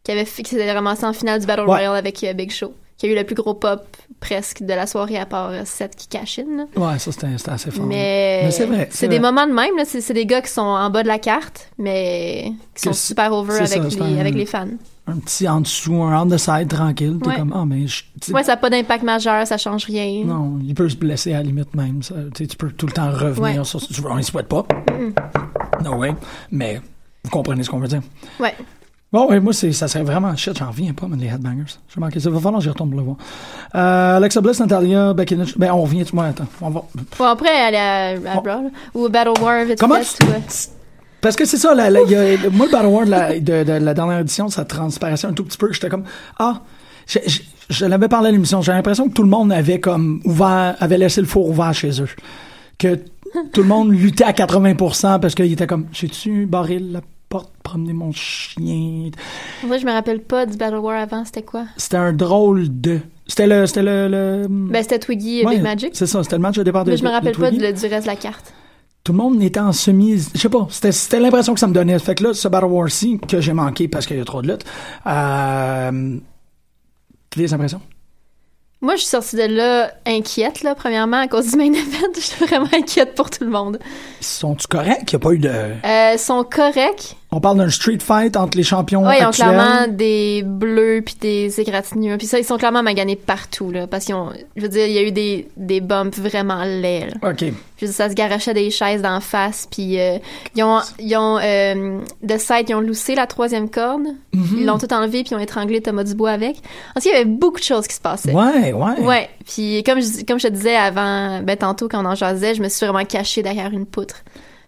C: qui avait fait, qui s'était ramassé en finale du Battle
B: Ouais.
C: Royale avec euh, Big Show, qui a eu le plus gros pop presque de la soirée à part euh, Seth qui cash in, là.
B: Ouais, ça, c'était c'était assez fort.
C: Mais,
B: Mais c'est vrai, c'est
C: C'est des
B: vrai.
C: moments de même, là. C'est c'est des gars qui sont en bas de la carte, mais qui sont
B: Que c'est-
C: super over
B: c'est
C: avec,
B: ça, c'est
C: les,
B: un-
C: avec les fans.
B: Un petit en dessous, un on the side, tranquille. T'es
C: Ouais.
B: comme, ah, mais... je- t'sais,
C: Ouais, ça n'a pas d'impact majeur, ça change rien.
B: Non, il peut se blesser à la limite même. ça. T'sais, tu peux tout le temps revenir
C: Ouais.
B: sur... Tu, on ne souhaite pas. No way. Mais vous comprenez ce qu'on veut dire.
C: Ouais.
B: Bon, ouais, moi, c'est, ça serait vraiment shit. J'en reviens pas, mais les headbangers. J'ai manqué ça. Va falloir que j'y retourne pour le voir. Euh, Alexa Bliss, Natalia, Becky Lynch. Ben, on revient tout le monde. Attends. On va.
C: Bon, après, aller à, à
B: Bon.
C: Brawl, ou Battle War, vite
B: Comment
C: fait,
B: tu-
C: ou, euh,
B: Parce que c'est ça, la, la- il y a- moi, le Battle War de la, de- de la dernière édition, ça transparaissait un tout petit peu. J'étais comme, ah, je, je, je l'avais parlé à l'émission. J'ai l'impression que tout le monde avait comme ouvert, avait laissé le four ouvert chez eux. Que tout le monde luttait à 80% parce qu'il était comme, j'ai-tu barré la porte, promener mon chien?
C: En vrai, je me rappelle pas du Battle War avant, c'était quoi?
B: C'était un drôle de. C'était le, c'était le, le-
C: Ben, c'était Twiggy et
B: Ouais,
C: Big Magic.
B: C'est ça, c'était le match au départ de
C: Mais je me
B: de-
C: rappelle
B: de
C: pas
B: Twiggy.
C: du, du reste de la carte.
B: Tout le monde était en semi... Je sais pas, c'était, c'était l'impression que ça me donnait. Fait que là, ce Battle War-ci, que j'ai manqué parce qu'il y a trop de luttes, euh... Des impressions?
C: Moi, je suis sortie de là inquiète, là, premièrement, à cause du main event. Je suis vraiment inquiète pour tout le monde.
B: Sont-tu corrects? Il n'y a pas eu de...
C: Euh, ils sont corrects.
B: On parle d'un street fight entre les champions
C: Ouais, ils ont
B: actuels.
C: clairement des bleus puis des égratignures. Puis ça, ils sont clairement maganés partout, là. Parce qu'ils ont, je veux dire, il y a eu des, des bumps vraiment laids, là.
B: OK.
C: Je veux dire, ça se garachait des chaises d'en face, puis euh, ils ont, ils ont euh, de side, ils ont loussé la troisième corde, ils l'ont tout enlevé, puis ils ont étranglé Thomas Dubois avec. En tout cas, il y avait beaucoup de choses qui se passaient.
B: Ouais, ouais.
C: Ouais, puis comme je, comme je te disais avant, ben tantôt quand on en jasait, je me suis vraiment cachée derrière une poutre.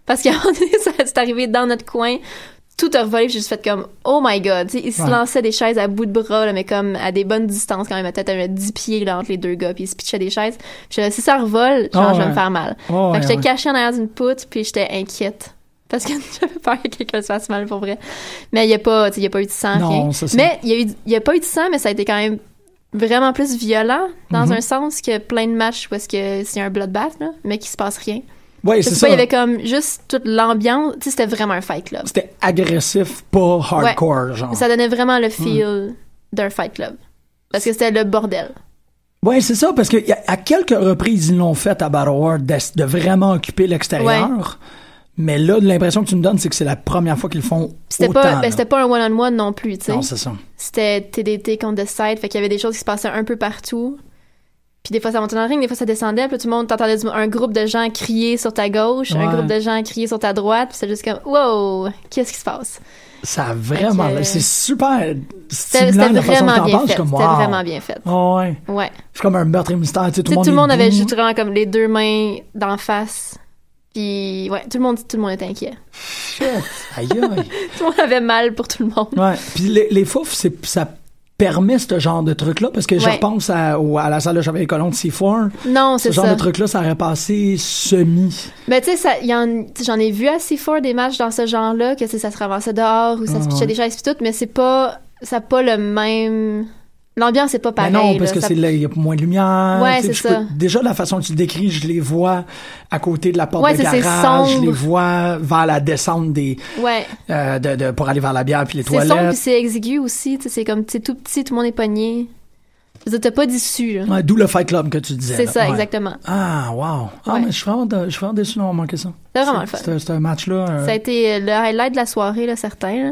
C: Parce qu'à un moment donné, ça c'est arrivé dans notre coin, tout a revolé, puis j'ai juste fait comme « Oh my God! » Tu sais, Ils se
B: Ouais.
C: lançaient des chaises à bout de bras, là, mais comme à des bonnes distances quand même, peut-être à 10 pieds là, entre les deux gars, puis ils se pitchaient des chaises. Puis j'étais là, si ça revole, genre
B: Ah
C: je vais
B: ouais.
C: me faire mal.
B: Oh,
C: fait
B: ouais,
C: que j'étais
B: ouais.
C: cachée en arrière d'une poutre, puis j'étais inquiète. Parce que j'avais peur que quelqu'un se fasse mal pour vrai. Mais il n'y a, pas- tu sais, il y a pas eu de sang,
B: Non,
C: rien.
B: c'est ça.
C: Mais il y a eu- il y a pas eu de sang, mais ça a été quand même vraiment plus violent dans
B: Mm-hmm.
C: un sens que plein de matchs où est-ce que c'est un bloodbath là, mais qu'il se passe rien.
B: Ouais,
C: Je
B: c'est ça.
C: sais pas, il y avait comme juste toute l'ambiance, tu sais c'était vraiment un fight club.
B: C'était agressif, pas hardcore, genre. Mm.
C: Ça donnait vraiment le feel d'un fight club parce que c'était le bordel.
B: Ouais, c'est ça, parce que y a- à quelques reprises, ils l'ont fait à Battle War de, de vraiment occuper l'extérieur. Mais là, l'impression que tu me donnes, c'est que c'est la première fois qu'ils le font
C: C'était
B: autant.
C: pas,
B: là.
C: ben, c'était pas un one-on-one non plus, tu sais.
B: non, c'est ça.
C: C'était TDT contre The Side, fait qu'il y avait des choses qui se passaient un peu partout. Puis des fois, ça montait dans le ring, des fois, ça descendait. Puis là, tout le monde, t'entendais du- un groupe de gens crier sur ta gauche, un
B: Ouais.
C: groupe de gens crier sur ta droite. Puis c'est juste comme, wow, qu'est-ce qui se passe?
B: Ça a vraiment...
C: Fait que-
B: C'est super
C: C'était
B: stimulant
C: c'était
B: de la façon dont
C: vraiment
B: t'en
C: bien
B: parles,
C: fait.
B: c'est
C: C'était
B: comme, wow.
C: vraiment bien fait.
B: Ah ouais.
C: Ouais.
B: C'est comme un meurtre et mystère. tu sais, Tout le
C: Tu sais,
B: monde,
C: tout le monde
B: est
C: avait
B: debout.
C: juste vraiment comme les deux mains d'en face. Puis, ouais, tout le monde, tout le monde était inquiet.
B: Shit. Aïe, aïe.
C: Tout le monde avait mal pour tout le monde.
B: Ouais. Puis les, les fouf, c'est ça permet ce genre de truc-là, parce que je
C: Ouais.
B: repense à, au- à la salle de Chevalier Colomb de C4.
C: Non,
B: Ce
C: c'est
B: genre
C: ça.
B: de truc-là, ça aurait passé semi.
C: Mais tu sais, ça- il y en- tu sais, j'en ai vu assez fort des matchs dans ce genre-là, que tu sais, ça se ramassait dehors ou ça se
B: Ah,
C: pichait
B: ouais.
C: des chaises pis tout, mais c'est pas, ça a pas le même. L'ambiance c'est pas
B: Ben
C: pareil.
B: non, parce
C: là.
B: que
C: Ça-
B: c'est là, il y a moins de lumière.
C: Ouais,
B: tu sais,
C: c'est
B: je peux-
C: ça.
B: déjà, la façon que tu le décris, je les vois à côté de la porte
C: Ouais,
B: de
C: c'est- c'est
B: garage, je
C: sombre.
B: les vois vers la descente des,
C: Ouais.
B: euh, de, de- pour aller vers la bière puis les
C: C'est sombre pis
B: toilettes.
C: c'est exigu aussi, tu sais, c'est comme, tu sais, tout petit, tout le monde est pogné. Je veux dire, t'as pas d'issue, là.
B: Ouais, D'où le Fight Club que tu disais.
C: C'est
B: là.
C: ça,
B: Ouais.
C: exactement.
B: Ah, wow. Ah,
C: Ouais.
B: mais je suis vraiment, de- je suis vraiment déçu d'avoir manqué ça.
C: C'était vraiment le fun.
B: C'est un match-là. euh,
C: Ça a été euh, le highlight de la soirée, là, certain. là.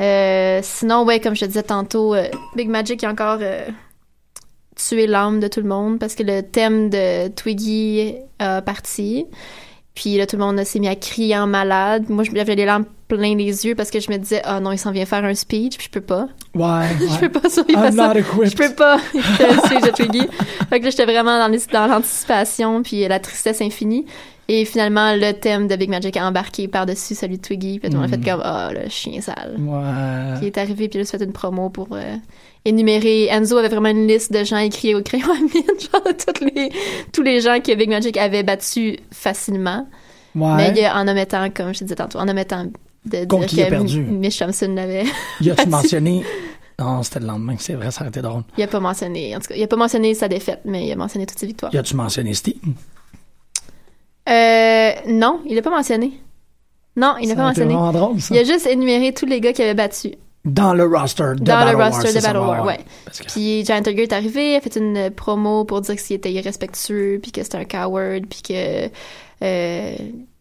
C: Euh, sinon, ouais, comme je te disais tantôt, euh, Big Magic a encore euh, tué l'âme de tout le monde parce que le thème de Twiggy a parti. Puis là, tout le monde s'est mis à crier en malade. Moi, je- j'avais les larmes plein les yeux parce que je me disais, ah non, il s'en vient faire un speech, puis je peux pas.
B: Ouais.
C: Je
B: ouais. Ah,
C: peux pas survivre à
B: I'm
C: ça.
B: not equipped.
C: Je peux pas faire un speech de Twiggy. Fait que là, j'étais vraiment dans les- dans l'anticipation, puis la tristesse infinie. Et finalement, le thème de Big Magic a embarqué par-dessus celui de Twiggy. Puis tout le monde a
B: Mm.
C: fait comme, ah, le chien sale.
B: Ouais.
C: Puis il est arrivé, puis il a juste fait une promo pour euh, énumérer. Enzo avait vraiment une liste de gens écrits au crayon à mine, genre toutes les, tous les gens que Big Magic avait battus facilement.
B: Ouais.
C: Mais il a- en omettant, comme je te disais tantôt, en omettant de
B: Contre qui il a
C: dire que
B: perdu.
C: M- Mitch Thompson l'avait.
B: Y a-tu
C: Vas-y.
B: mentionné. Non, c'était le lendemain, c'est vrai, ça a été drôle.
C: Il a pas mentionné, en tout cas, il a pas mentionné sa défaite, mais il a mentionné toutes ses victoires.
B: Y a-tu mentionné Steve
C: Euh, non, il l'a pas mentionné. Non, il l'a
B: Ça
C: pas
B: a été
C: mentionné.
B: vraiment drôle, ça.
C: Il a juste énuméré tous les gars qu'il avait battus.
B: Dans le roster de
C: Dans le
B: Battle War,
C: roster de
B: c'est ça,
C: Battle
B: ouais,
C: War,
B: ouais.
C: ouais.
B: Parce que-
C: Puis Giant Tiger est arrivé, a fait une euh, promo pour dire qu'il était irrespectueux, puis que c'était un coward, puis que... euh,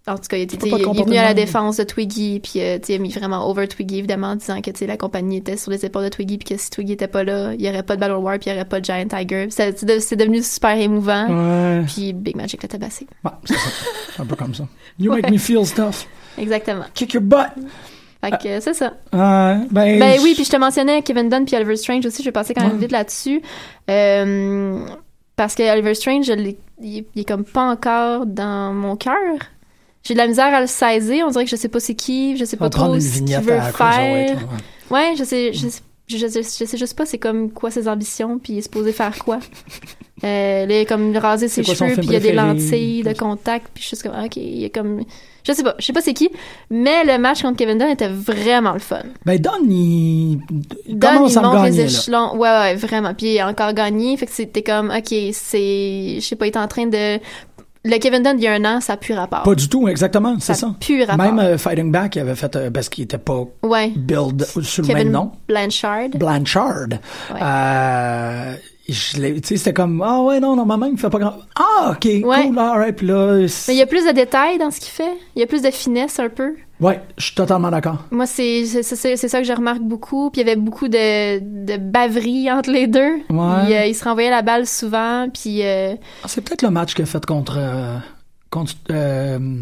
C: en tout cas, il, était,
B: Faut pas te
C: il est
B: comporter
C: venu à
B: de
C: la
B: même.
C: défense de Twiggy, puis euh, tu sais, il a mis vraiment over Twiggy, évidemment, en disant que tu sais, la compagnie était sur les épaules de Twiggy, puis que si Twiggy était pas là, il y aurait pas de Battle War, puis il y aurait pas de Giant Tiger. Ça- C'est de- c'est devenu super émouvant,
B: Ouais.
C: puis Big Magic l'a tabassé.
B: Ouais, c'est ça. C'est un peu comme ça. You make me feel stuff.
C: Exactement.
B: Kick your butt.
C: Fait que euh, c'est ça.
B: Ouais, ben,
C: Ben
B: je-
C: oui, puis je te mentionnais Kevin Dunn puis Oliver Strange aussi, je vais passer quand même vite là-dessus. Euh, parce que Oliver Strange, je l'ai- il, est- il est comme pas encore dans mon cœur. J'ai de la misère à le saisir, on dirait que je sais pas c'est qui, je sais
B: on
C: pas
B: va prendre
C: trop
B: une
C: ce qu'il
B: vignette
C: veut
B: à Cruiserweight.
C: faire.
B: là, ouais.
C: Ouais, je sais, je sais, je, je- je sais juste pas c'est comme quoi ses ambitions, puis il est supposé faire quoi. Euh, là, il a comme rasé ses
B: C'est quoi son
C: cheveux, puis
B: film
C: il y a des
B: préféré?
C: lentilles de contact, puis je suis juste comme, ah, ok, il est comme... Je sais pas, je sais pas c'est qui, mais le match contre Kevin Dunn était vraiment le fun.
B: Ben Don, il, il
C: Donne,
B: commence
C: il
B: à me
C: monte les
B: gagner. là.
C: échelons. Ouais, ouais, vraiment. Puis il a encore gagné. Fait que c'était comme, OK, c'est. Je sais pas, il est en train de. Le Kevin Dunn, il y a un an, ça a plus rapport.
B: Pas du tout, exactement, c'est
C: ça.
B: ça.
C: a plus rapport.
B: Même euh, Fighting Back, il avait fait, euh, parce qu'il était pas
C: ouais.
B: build sur le
C: Kevin
B: même nom.
C: Blanchard.
B: Blanchard. Euh, je l'ai- tu sais, c'était comme, ah ouais, non, normalement, il me fait pas grand. Ah, ok,
C: Ouais.
B: cool, alright, puis là. c'est-
C: Mais il y a plus de détails dans ce qu'il fait. Il y a plus de finesse un peu.
B: Ouais, je suis totalement d'accord.
C: Moi, c'est c'est- c'est- c'est ça que je remarque beaucoup. Puis il y avait beaucoup de, de baveries entre les deux.
B: Ouais.
C: Il, euh, il se renvoyait la balle souvent. Puis euh,
B: Ah, C'est peut-être le match qu'il a fait contre. euh, contre euh,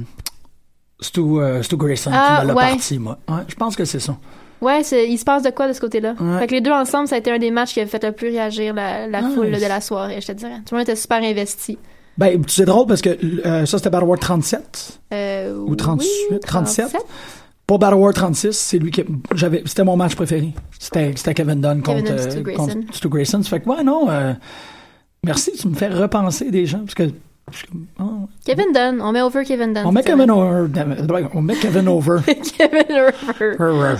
B: Stu, euh, Stu Grayson
C: Ah,
B: qui m'a
C: ouais.
B: parti, moi. Ouais, je pense que c'est ça.
C: Ouais, c'est- il se passe de quoi de ce côté-là?
B: Ouais.
C: Fait que les deux ensemble, ça a été un des matchs qui a fait le plus réagir la, la
B: Nice.
C: foule là, de la soirée, je te dirais. Tout le monde était super investi.
B: Ben, c'est drôle parce que euh, ça, c'était Battle War 37.
C: Euh,
B: Ou 38,
C: oui,
B: 37. Pour Battle War 36, c'est lui qui j'avais c'était mon match préféré. C'était c'était Kevin Dunn
C: Kevin
B: contre,
C: Dunn, Stu
B: euh,
C: Grayson.
B: contre Stu Grayson. Ça fait que ouais non euh, merci, tu me fais repenser des gens parce que je suis comme, oh,
C: Kevin Dunn, on met over Kevin Dunn.
B: on met
C: cette semaine.
B: Kevin over damn it. on met Kevin over.
C: Kevin over.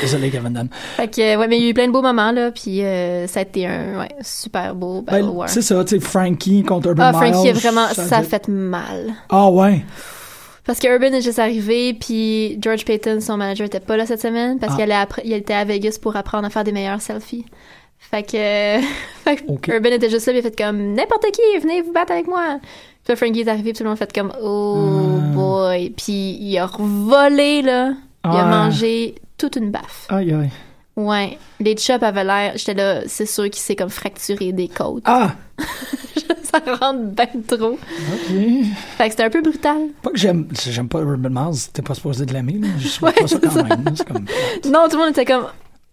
B: Désolé Kevin Dunn.
C: Fait que, ouais, mais il y a eu plein de beaux moments, là, puis euh, ça a été un ouais, super beau Battle
B: Ben,
C: War.
B: c'est ça, tu sais Frankie contre Urban
C: Ah, Frankie,
B: Miles.
C: a vraiment, ça a
B: fait-
C: fait mal.
B: Ah ouais.
C: Parce que Urban est juste arrivé, puis George Payton, son manager, était pas là cette semaine parce
B: Ah.
C: qu'il allait appre- il était à Vegas pour apprendre à faire des meilleurs selfies. Fait que, fait que
B: Ok.
C: Urban était juste là, puis il a fait comme n'importe qui, venez vous battre avec moi. Puis là, Frankie est arrivé, puis tout le monde a fait comme
B: Ah.
C: oh boy. Puis il a revolé là, il a
B: Ah.
C: mangé toute une baffe.
B: Aïe, aïe.
C: Ouais, les chops avaient l'air, j'étais là, c'est sûr qu'il s'est comme fracturé des côtes.
B: Ah!
C: Ça rentre ben trop.
B: OK.
C: Fait que c'était un peu brutal.
B: Pas que j'aime, j'aime pas Urban Miles, t'es pas supposé de l'aimer, là. Je trouve pas ça quand même. là. C'est comme-
C: Non, tout le monde était comme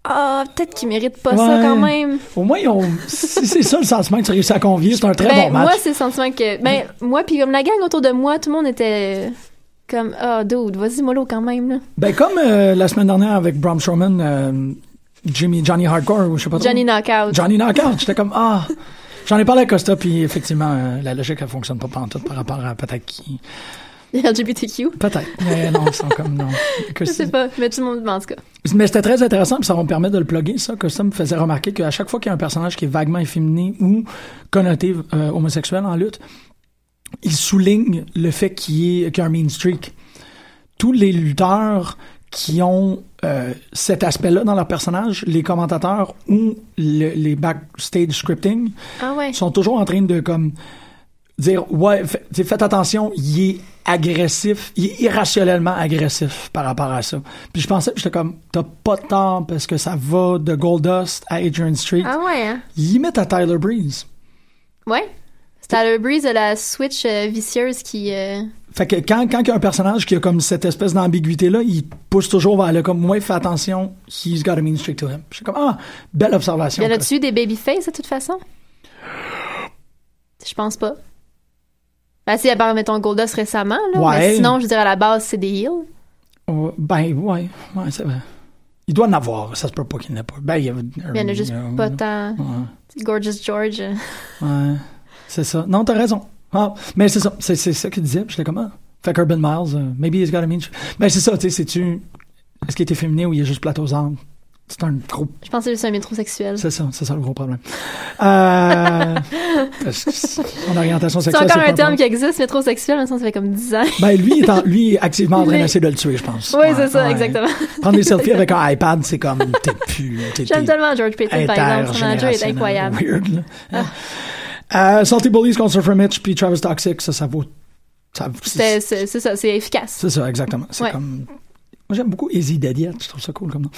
C: ah peut-être qu'il mérite pas ça
B: Ouais.
C: quand même.
B: Au moins, ils ont- si c'est ça le sentiment que tu réussis à convier, c'est un très
C: ben,
B: bon match.
C: Moi, c'est le sentiment que. Ben, moi, puis comme la gang autour de moi, tout le monde était comme Ah, dude, vas-y, mollo quand même, là.
B: Ben, comme euh, la semaine dernière avec Bram Strowman, euh, Jimmy, Johnny Hardcore, ou je sais pas trop.
C: Johnny Knockout.
B: Johnny Knockout. J'étais comme, ah. J'en ai parlé à Costa, puis effectivement, euh, la logique, elle fonctionne pas pantoute par rapport à peut-être qui.
C: LGBTQ.
B: Peut-être. Mais non, ils sont comme, non.
C: Je
B: Costa-
C: sais pas, mais tout le monde, en tout cas.
B: Mais c'était très intéressant, puis ça va me permettre de le plugger, ça. Costa me faisait remarquer qu'à chaque fois qu'il y a un personnage qui est vaguement efféminé ou connoté euh, homosexuel en lutte, il souligne le fait qu'il est- qu'il y a un mean streak. Tous les lutteurs qui ont euh, cet aspect-là dans leur personnage, les commentateurs ou le- les backstage scripting,
C: Ah ouais.
B: sont toujours en train de comme dire ouais fa- t'sais, faites attention il est agressif il est irrationnellement agressif par rapport à ça puis je pensais j'étais comme t'as pas de temps parce que ça va de Goldust à Adrian Street
C: Ah ouais, hein?
B: limite à Tyler Breeze
C: Ouais. C'était à le breeze de la Switch euh, vicieuse qui. euh,
B: fait que quand quand il y a un personnage qui a comme cette espèce d'ambiguïté là il pousse toujours vers le comme ouais fais attention he's got a mean streak to him j'étais comme ah belle observation
C: Y en
B: Chris.
C: a-tu eu des babyface, de toute façon? Je pense pas. Ben, si, à part, mettons, Goldust récemment, là.
B: Ouais.
C: Mais sinon, je dirais, à la base, c'est des heels.
B: Ouais, ben ouais ouais c'est vrai il doit en avoir ça se peut pas qu'il n'ait pas ben il y, a,
C: Il y en a juste pas tant.
B: euh, Ouais.
C: Gorgeous George. euh.
B: Ouais, c'est ça. Non, t'as raison. Ah, mais c'est ça, c'est, c'est ça qu'il disait. puis J'étais comme, ah, fait qu'Urban Miles, euh, maybe he's got a mean... sh- Mais c'est ça, tu sais, c'est-tu... Est-ce qu'il était féminin ou il est juste plate aux angles? C'est un gros...
C: Je pense que c'est juste un métrosexuel.
B: C'est ça, c'est ça le gros problème. Euh... son orientation
C: C'est
B: sexuelle,
C: encore
B: c'est
C: un
B: pas un
C: terme qui existe, métrosexuel, dans le sens, ça fait comme 10 ans.
B: Ben, lui, il est, en- lui, il est activement en train
C: Il est-
B: d'essayer de le tuer, je pense.
C: Oui, c'est ça,
B: ouais.
C: exactement.
B: Prendre des selfies avec un iPad, c'est comme, t'es plus... T'es,
C: J'aime
B: t'es-
C: tellement George Payton, par exemple. Son manager est
B: intergénérationnel.
C: incroyable. Ah.
B: Weird, là. Euh, Salty Bullies contre Surfer Mitch puis Travis Toxic, ça, ça vaut. ça- c'est
C: C'est c'est- c'est ça, c'est efficace.
B: c'est ça, exactement. C'est
C: Ouais.
B: comme. Moi, j'aime beaucoup Easy Daddy, je trouve ça cool comme nom.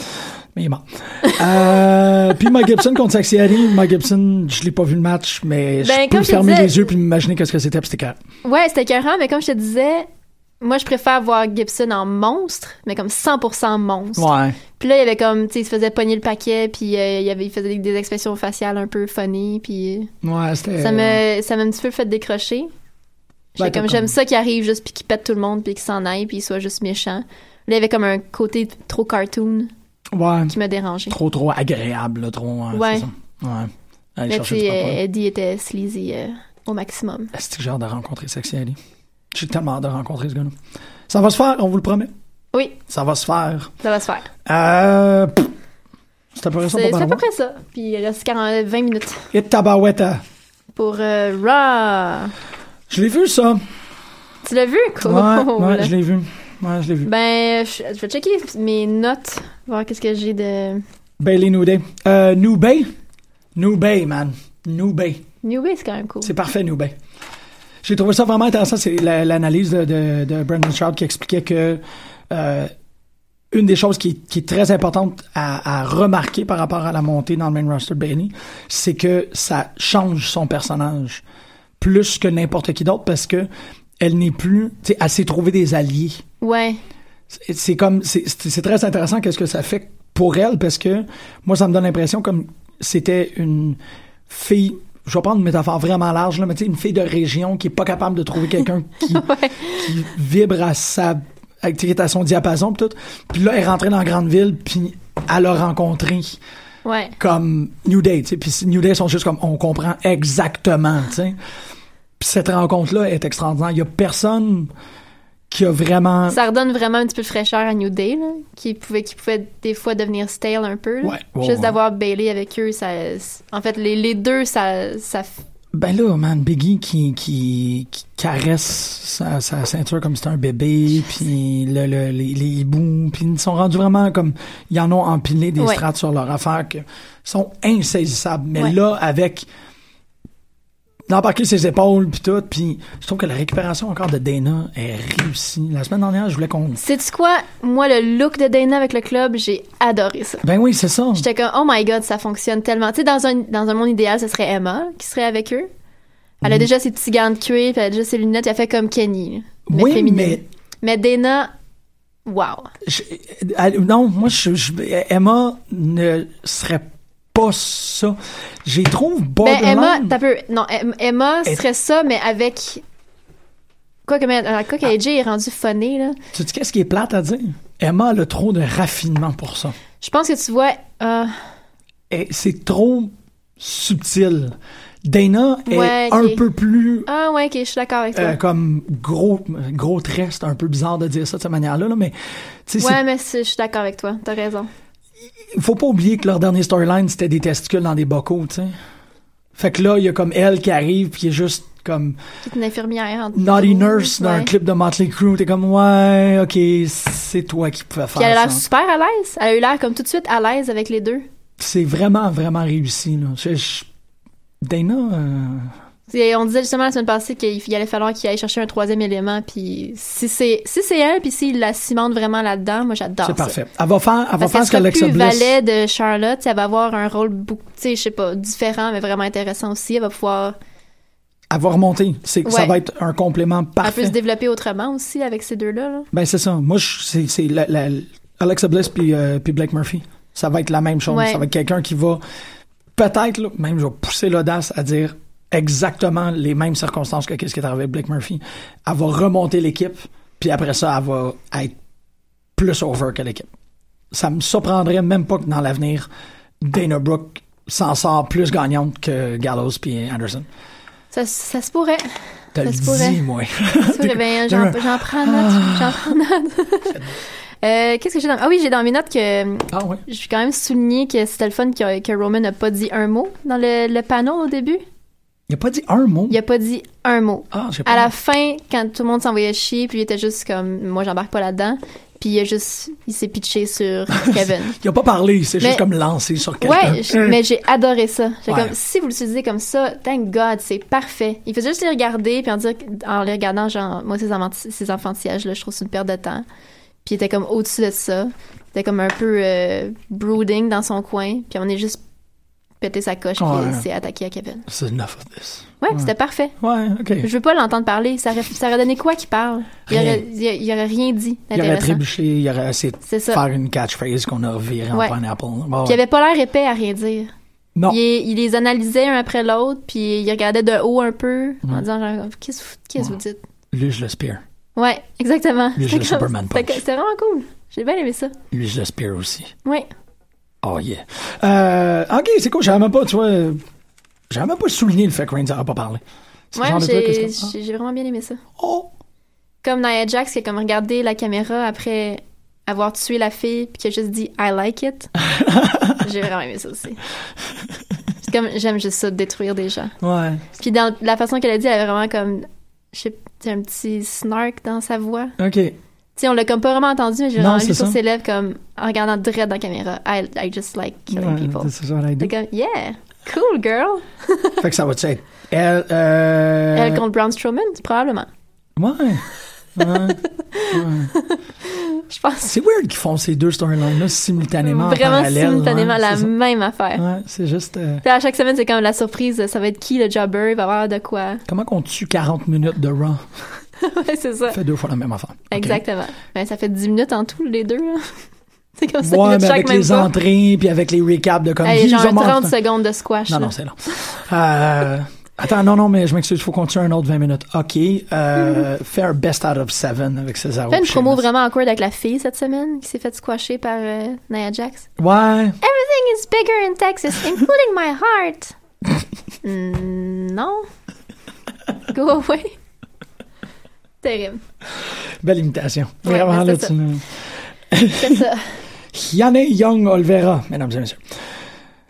B: Mais il est mort. Euh, puis Mike Gibson contre Saxiari. Mike Gibson, je l'ai pas vu le match, mais
C: Ben,
B: je peux
C: comme je
B: fermer
C: disais-
B: les yeux puis m'imaginer qu'est-ce que c'était, puis c'était carré.
C: Ouais, c'était écœurant, mais comme je te disais, moi, je préfère voir Gibson en monstre, mais comme 100% monstre.
B: Ouais.
C: Puis là, il y avait comme, tu sais, il se faisait pogner le paquet, puis euh, il, y avait, il faisait des- des expressions faciales un peu funny, puis
B: Ouais, c'était.
C: ça m'a ça m'a un petit peu fait décrocher.
B: Euh, Ben,
C: J'étais
B: t'as
C: comme, j'aime
B: comme-
C: ça qu'il arrive juste, puis qu'il pète tout le monde, puis qu'il s'en aille, puis qu'il soit juste méchant. Là, il y avait comme un côté trop cartoon
B: Ouais.
C: qui m'a dérangé.
B: Trop, trop agréable, là, trop. hein,
C: Ouais.
B: c'est ça. Ouais. Allez,
C: Mais tu
B: chercher du
C: sais,
B: popcorn.
C: euh, Eddie était sleazy euh, au maximum.
B: C'est que j'ai hâte de rencontrer Sexy Ali. J'ai tellement hâte de rencontrer ce gars-là. Ça va se faire, on vous le promet.
C: Oui,
B: Ça va se faire.
C: ça va se faire.
B: Euh, pff, c'est à peu près ça
C: C'est
B: pour
C: c'est à peu
B: Benoît.
C: près ça. Puis il reste 40, 20 minutes
B: Et Tabaweta.
C: pour euh, Raw.
B: Je l'ai vu, ça.
C: Tu l'as vu, cool.
B: Ouais, ouais, je l'ai vu. Ouais, je l'ai vu.
C: ben, je, je vais checker mes notes, voir qu'est-ce que j'ai de
B: Bailey New Day. Euh, New Bay. New Bay, man. New Bay.
C: New Way, c'est quand même cool.
B: C'est parfait, New Bay. J'ai trouvé ça vraiment intéressant. C'est la- l'analyse de, de, de Brandon Stroud qui expliquait que euh, une des choses qui, qui est très importante à, à remarquer par rapport à la montée dans le main roster de Bailey, c'est que ça change son personnage plus que n'importe qui d'autre parce que elle n'est plus, tu sais, elle s'est trouvée des alliés.
C: Ouais.
B: C'est- c'est comme c'est- c'est c'est très intéressant qu'est-ce que ça fait pour elle parce que moi ça me donne l'impression comme c'était une fille je vais prendre une métaphore vraiment large là mais tu sais une fille de région qui est pas capable de trouver quelqu'un qui, qui vibre à sa à- qui est à son diapason pis tout puis là elle est rentrée dans la grande ville puis elle a rencontré
C: Ouais.
B: comme New Day, tu sais, puis New Day sont juste comme on comprend exactement, tu sais. Puis cette rencontre là est extraordinaire, il y a personne qui a vraiment
C: Ça redonne vraiment un petit peu de fraîcheur à New Day, là, qui pouvait, qui pouvait des fois devenir stale un peu. là.
B: Ouais, ouais,
C: Juste
B: ouais.
C: d'avoir Bailey avec eux, ça. En fait, les, les deux, ça, ça,
B: Ben là, man, Biggie qui, qui, qui caresse sa, sa ceinture comme si c'était un bébé, puis le, le- les, les hiboux, puis ils sont rendus vraiment comme... Ils en ont empilé des
C: Ouais.
B: strates sur leur affaire qui sont insaisissables. Mais
C: Ouais.
B: là, avec... d'embarquer ses épaules, puis tout, puis je trouve que la récupération encore de Dana est réussie. La semaine dernière, je voulais qu'on...
C: Sais-tu quoi? Moi, le look de Dana avec le club, j'ai adoré ça.
B: Ben oui, c'est ça.
C: J'étais comme, oh my god, ça fonctionne tellement. Tu sais, dans un, dans un monde idéal, ce serait Emma qui serait avec eux. Elle
B: Mm.
C: a déjà ses petits gants de cuir, puis elle a déjà ses lunettes, elle fait comme Kenny. Mais
B: Oui,
C: féminine.
B: mais-
C: Mais Dana, wow.
B: Je- elle- non, moi, je, je- Emma ne serait pas ça. J'ai trouve
C: Ben,
B: borderline.
C: Emma, t'as peu. Non, Em- Emma
B: Et-
C: serait ça, mais avec. Quoi que, mais- euh,
B: Ah.
C: quoi que AJ est rendu funny, là.
B: Tu sais qu'est-ce qui est plate à dire? Emma elle a trop de raffinement pour ça.
C: Je pense que tu vois. euh,
B: Et c'est trop subtil. Dana
C: Ouais,
B: est un
C: ok.
B: peu plus
C: Ah, ouais, ok, je suis d'accord avec toi.
B: euh, comme gros gros trait, c'est un peu bizarre de dire ça de cette manière-là, là, mais tu sais,
C: ouais, mais c'est- je suis d'accord avec toi, t'as raison.
B: c'est- faut pas oublier que leur dernier storyline c'était des testicules dans des bocaux, tu sais. Fait que là, il y a comme elle qui arrive puis qui est juste comme
C: C'est une infirmière. en-
B: Naughty Nurse dans un
C: Ouais.
B: clip de Motley Crue, t'es comme ouais, ok, c'est toi qui pouvais faire
C: Puis elle a l'air
B: ça.
C: super à l'aise. Elle a eu l'air comme tout de suite à l'aise avec les deux.
B: C'est vraiment vraiment réussi là. Je- je- Dana, euh,
C: Et on disait justement la semaine passée qu'il il allait falloir qu'il aille chercher un troisième élément. Puis si c'est si c'est elle, puis s'il la cimente vraiment là-dedans, moi j'adore.
B: c'est
C: ça.
B: parfait. Elle va faire, elle va
C: Parce
B: faire
C: qu'elle
B: ce qu'Alexa
C: sera plus
B: Bliss.
C: valet de Charlotte, elle va avoir un rôle beaucoup, tu sais, je sais pas, différent mais vraiment intéressant aussi. Elle va pouvoir
B: Elle va remonter. C'est, Ça
C: Ouais.
B: va être un complément
C: un peu
B: parfait.
C: se développer autrement aussi avec ces deux-là. là.
B: Ben c'est ça. Moi, je- c'est, c'est la, la- Alexa Bliss puis euh, puis Blake Murphy. Ça va être la même chose.
C: Ouais.
B: Ça va être quelqu'un qui va peut-être là, même je vais pousser l'audace à dire exactement les mêmes circonstances que qu'est-ce qui est arrivé avec Blake Murphy. Elle va remonter l'équipe puis après ça, elle va être plus over que l'équipe. Ça me surprendrait même pas que dans l'avenir, Dana Brooke s'en sort plus gagnante que Gallows puis Anderson.
C: Ça, ça se pourrait.
B: T'as
C: Ça
B: le
C: se pourrait.
B: dit, moi.
C: Ça se pourrait. Ben, j'en, j'en prends note.
B: Ah.
C: J'en prends note. Euh, qu'est-ce que j'ai dans... Ah oui, j'ai dans mes notes que
B: Ah oui.
C: Je vais quand même souligner que c'était le fun que, que Roman n'a pas dit un mot dans le, le panneau au début.
B: Il a pas dit un mot.
C: Il a pas dit un mot.
B: Ah, j'ai pas.
C: À la fin, quand tout le monde s'envoyait chier, puis il était juste comme, moi j'embarque pas là-dedans, puis il a juste, il s'est pitché sur Kevin.
B: Il a pas parlé, c'est
C: Mais-
B: juste comme lancé sur quelqu'un.
C: ouais, je- mais j'ai adoré ça. J'ai
B: Ouais.
C: comme, si vous l'utilisez comme ça, thank God, c'est parfait. Il faisait juste les regarder, puis en, dire, en les regardant, genre, moi ces, enfanti- ces enfantillages-là, je trouve c'est une perte de temps. Puis il était comme au-dessus de ça. Il était comme un peu euh, brooding dans son coin, puis on est juste pété sa coche, puis
B: Ouais.
C: il s'est attaqué à Kevin.
B: C'est enough of this.
C: Ouais, c'était parfait.
B: Ouais, ok.
C: Je veux pas l'entendre parler. Ça aurait, ça aurait donné quoi qu'il parle? Il
B: Rien.
C: aurait, il, il aurait rien dit
B: Il aurait
C: d'intéressant. Puis
B: trébuché, il aurait essayé de
C: C'est ça.
B: faire une catchphrase qu'on a revirée
C: Ouais.
B: en pineapple. Ouais,
C: il
B: ouais.
C: avait pas l'air épais à rien dire.
B: Non,
C: Il, il les analysait un après l'autre, puis il regardait de haut un peu, en
B: Ouais.
C: disant genre, qu'est-ce que vous- qu'est-ce que vous dites?
B: luge le spear.
C: Ouais, exactement.
B: Mais
C: C'était
B: le
C: comme-
B: Superman
C: c'était-
B: punch.
C: C'était vraiment cool. J'ai bien aimé ça.
B: Luge le spear aussi.
C: Ouais.
B: Oh yeah. Euh, ok, c'est cool, j'avais même pas, tu vois, euh, j'avais même pas souligné le fait que Reigns n'aurait pas parlé. C'est le
C: Ouais,
B: genre de truc que
C: j'ai
B: c'est comme,
C: j'ai- j'ai vraiment bien aimé ça.
B: ah, Oh!
C: Comme Nia Jax, qui a comme regardé la caméra après avoir tué la fille, puis qui a juste dit I like it. J'ai vraiment aimé ça aussi. C'est comme, j'aime juste ça, détruire des gens.
B: Ouais.
C: Puis dans la façon qu'elle a dit, elle avait vraiment comme, je sais pas, un petit snark dans sa voix.
B: Ok.
C: Tu sais, on l'a comme pas vraiment entendu, mais j'ai
B: Non,
C: vraiment
B: c'est
C: vu sur
B: ça.
C: ses lèvres comme en regardant direct dans la caméra. I, I just like killing
B: Ouais,
C: people.
B: this is what I do.
C: C'est comme, yeah, cool girl.
B: Fait que ça va être elle. Euh...
C: Elle contre Braun Strowman, probablement.
B: Ouais. Ouais.
C: Je pense
B: C'est weird qu'ils font ces deux storylines-là simultanément. en
C: vraiment
B: parallèle,
C: simultanément
B: ouais,
C: la
B: c'est ça.
C: même affaire.
B: Ouais, c'est juste. euh,
C: Puis à chaque semaine, c'est comme la surprise, ça va être qui le jobber, il va y avoir de quoi.
B: Comment qu'on tue 40 minutes de Raw
C: ouais, c'est ça.
B: fait deux fois la même affaire. Ok.
C: Exactement. Ben, ça fait 10 minutes en tout, les deux. là. c'est comme ça
B: Ouais,
C: minutes
B: mais
C: chaque
B: avec
C: même
B: les
C: pas.
B: entrées, puis avec les recaps de comme
C: Hey,
B: Ils
C: genre
B: ont mangé-
C: 30 secondes de squash.
B: Non,
C: là.
B: non, c'est long. Euh, attends, non, non, mais je m'excuse, il faut qu'on tue un autre 20 minutes. OK. Euh, Fais un best out of seven avec César.
C: Fait une promo vraiment awkward avec la fille cette semaine qui s'est fait squasher par euh, Nia Jax.
B: Ouais.
C: Everything is bigger in Texas, including my heart. Mm, non. Go away. Terrible.
B: Belle imitation.
C: Ouais,
B: vraiment, là,
C: mais c'est
B: tu nous-
C: C'est ça.
B: Yanné Young Olvera, mesdames et messieurs.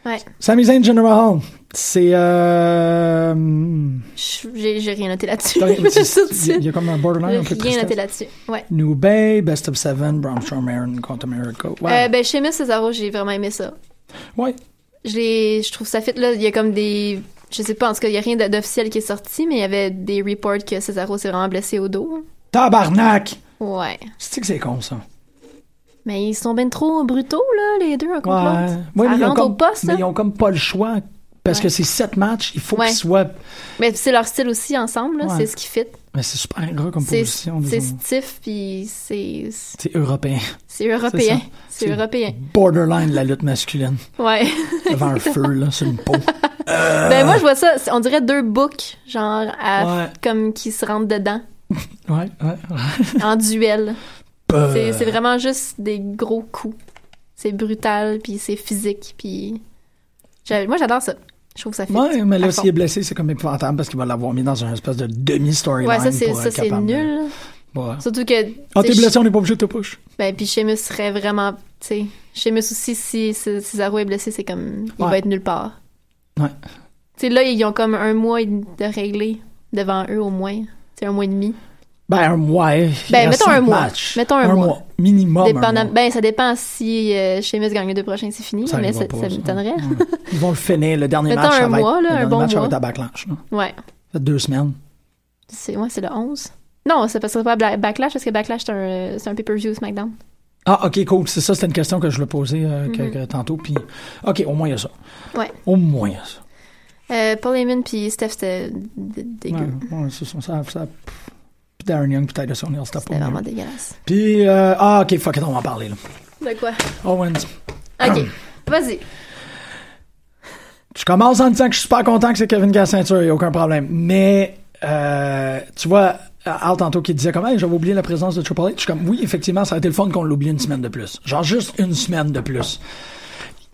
C: Ouais.
B: Sami Zayn General Hall. C'est. Euh... hum,
C: Je- J'ai j'ai rien noté là-dessus.
B: t'as-
C: Je me suis
B: Il y a- il y
C: sortie.
B: a comme un borderline un peu
C: J'ai
B: de
C: rien noté
B: tristesse.
C: là-dessus. Ouais.
B: New Bay, Best of Seven, Brownstorm Aaron contre America. Ouais.
C: Euh, ben, chez Miss Cesaro, j'ai vraiment aimé ça.
B: ouais.
C: Je l'ai- je trouve ça fit là. Il y a comme des, je sais pas, en tout cas, il y a rien d- d'officiel qui est sorti, mais il y avait des reports que Cesaro s'est vraiment blessé au dos.
B: Tabarnak!
C: Ouais.
B: C'est que c'est con, ça.
C: Mais ils sont ben trop brutaux, là, les deux, un contre l'autre.
B: Ouais, mais ils
C: ça
B: ont
C: rentre
B: comme,
C: au poste,
B: mais
C: là.
B: ils ont comme pas le choix. Parce que c'est sept matchs, il faut
C: Ouais.
B: qu'ils soient.
C: Mais c'est leur style aussi, ensemble, là.
B: Ouais.
C: C'est ce qui fit.
B: Mais c'est super ingrat comme
C: C'est
B: position.
C: c'est
B: disons.
C: stiff, puis c'est... c'est-
B: C'est européen.
C: C'est européen.
B: ça.
C: C'est
B: C'est-
C: européen.
B: Borderline de la lutte masculine.
C: Ouais.
B: Devant un feu, là, sur une peau.
C: ben, moi, je vois ça, c'est- on dirait deux books, genre, à-
B: Ouais.
C: comme qui se rentrent dedans,
B: Ouais, ouais.
C: en duel.
B: Bah.
C: C'est c'est vraiment juste des gros coups. C'est brutal, puis c'est physique, puis... j'a- Moi, j'adore ça. Je trouve que ça fait.
B: Ouais, mais là, s'il est blessé, c'est comme épouvantable parce qu'il va l'avoir mis dans un espèce de demi-storyline.
C: Ouais, ça, c'est
B: pour
C: ça,
B: être
C: c'est
B: capable de-
C: nul.
B: Ouais.
C: Surtout que...
B: Ah, t'es
C: t'sais,
B: blessé, on n'est pas obligé de te push.
C: Ben, puis Sheamus serait vraiment, tu sais, Sheamus aussi, si si Cesaro est blessé, c'est comme, il
B: Ouais.
C: va être nulle part.
B: Ouais.
C: Tu sais, là, ils ont comme un mois et demi de régler devant eux au moins. C'est un mois et demi.
B: Ben, un mois. Ben,
C: Ben, mettons un mois. Mettons un mois.
B: Minimum.
C: Dépendam-
B: un mois.
C: Ben, ça dépend si euh, Sheamus gagne les deux prochains, c'est fini,
B: Ça
C: mais
B: arrivera
C: ça,
B: pas,
C: ça
B: ça.
C: m'étonnerait.
B: Ouais. Ils vont le finir, le dernier
C: Mettons
B: match.
C: un
B: ça va être-
C: mois, là,
B: le
C: un
B: dernier
C: bon
B: match, ça va
C: mois.
B: être à Backlash, là.
C: Ouais.
B: Ça fait deux semaines.
C: C'est ouais, c'est le 11. Non, ça passerait pas à Bla- Backlash parce que Backlash, c'est un, euh, c'est un pay-per-view SmackDown.
B: Ah, ok, cool. C'est ça, c'était une question que je voulais poser euh, que- que tantôt. Puis, ok, au moins il y a ça.
C: Mm-hmm. Ouais.
B: Au moins il y a ça.
C: Euh, Paul Heyman puis Steph, c'était d- d- dégueu.
B: Ouais, ouais, c'est ça, ça, ça- Puis Darren Young, peut-être de O'Neill, c'était
C: C'était
B: pas
C: vraiment
B: mieux.
C: dégueulasse.
B: Puis, euh, ah, ok, fuck it, on va en parler, là.
C: De quoi?
B: Owens.
C: OK. Vas-y.
B: Je commence en disant que je suis super content que c'est Kevin qui a la ceinture, il a aucun problème. Mais, euh, tu vois, Al tantôt qui disait comme, hey, j'avais oublié la présence de Triple H. Je suis comme, oui, effectivement, ça aurait été le fun qu'on l'oublie une semaine de plus. Genre juste une semaine de plus.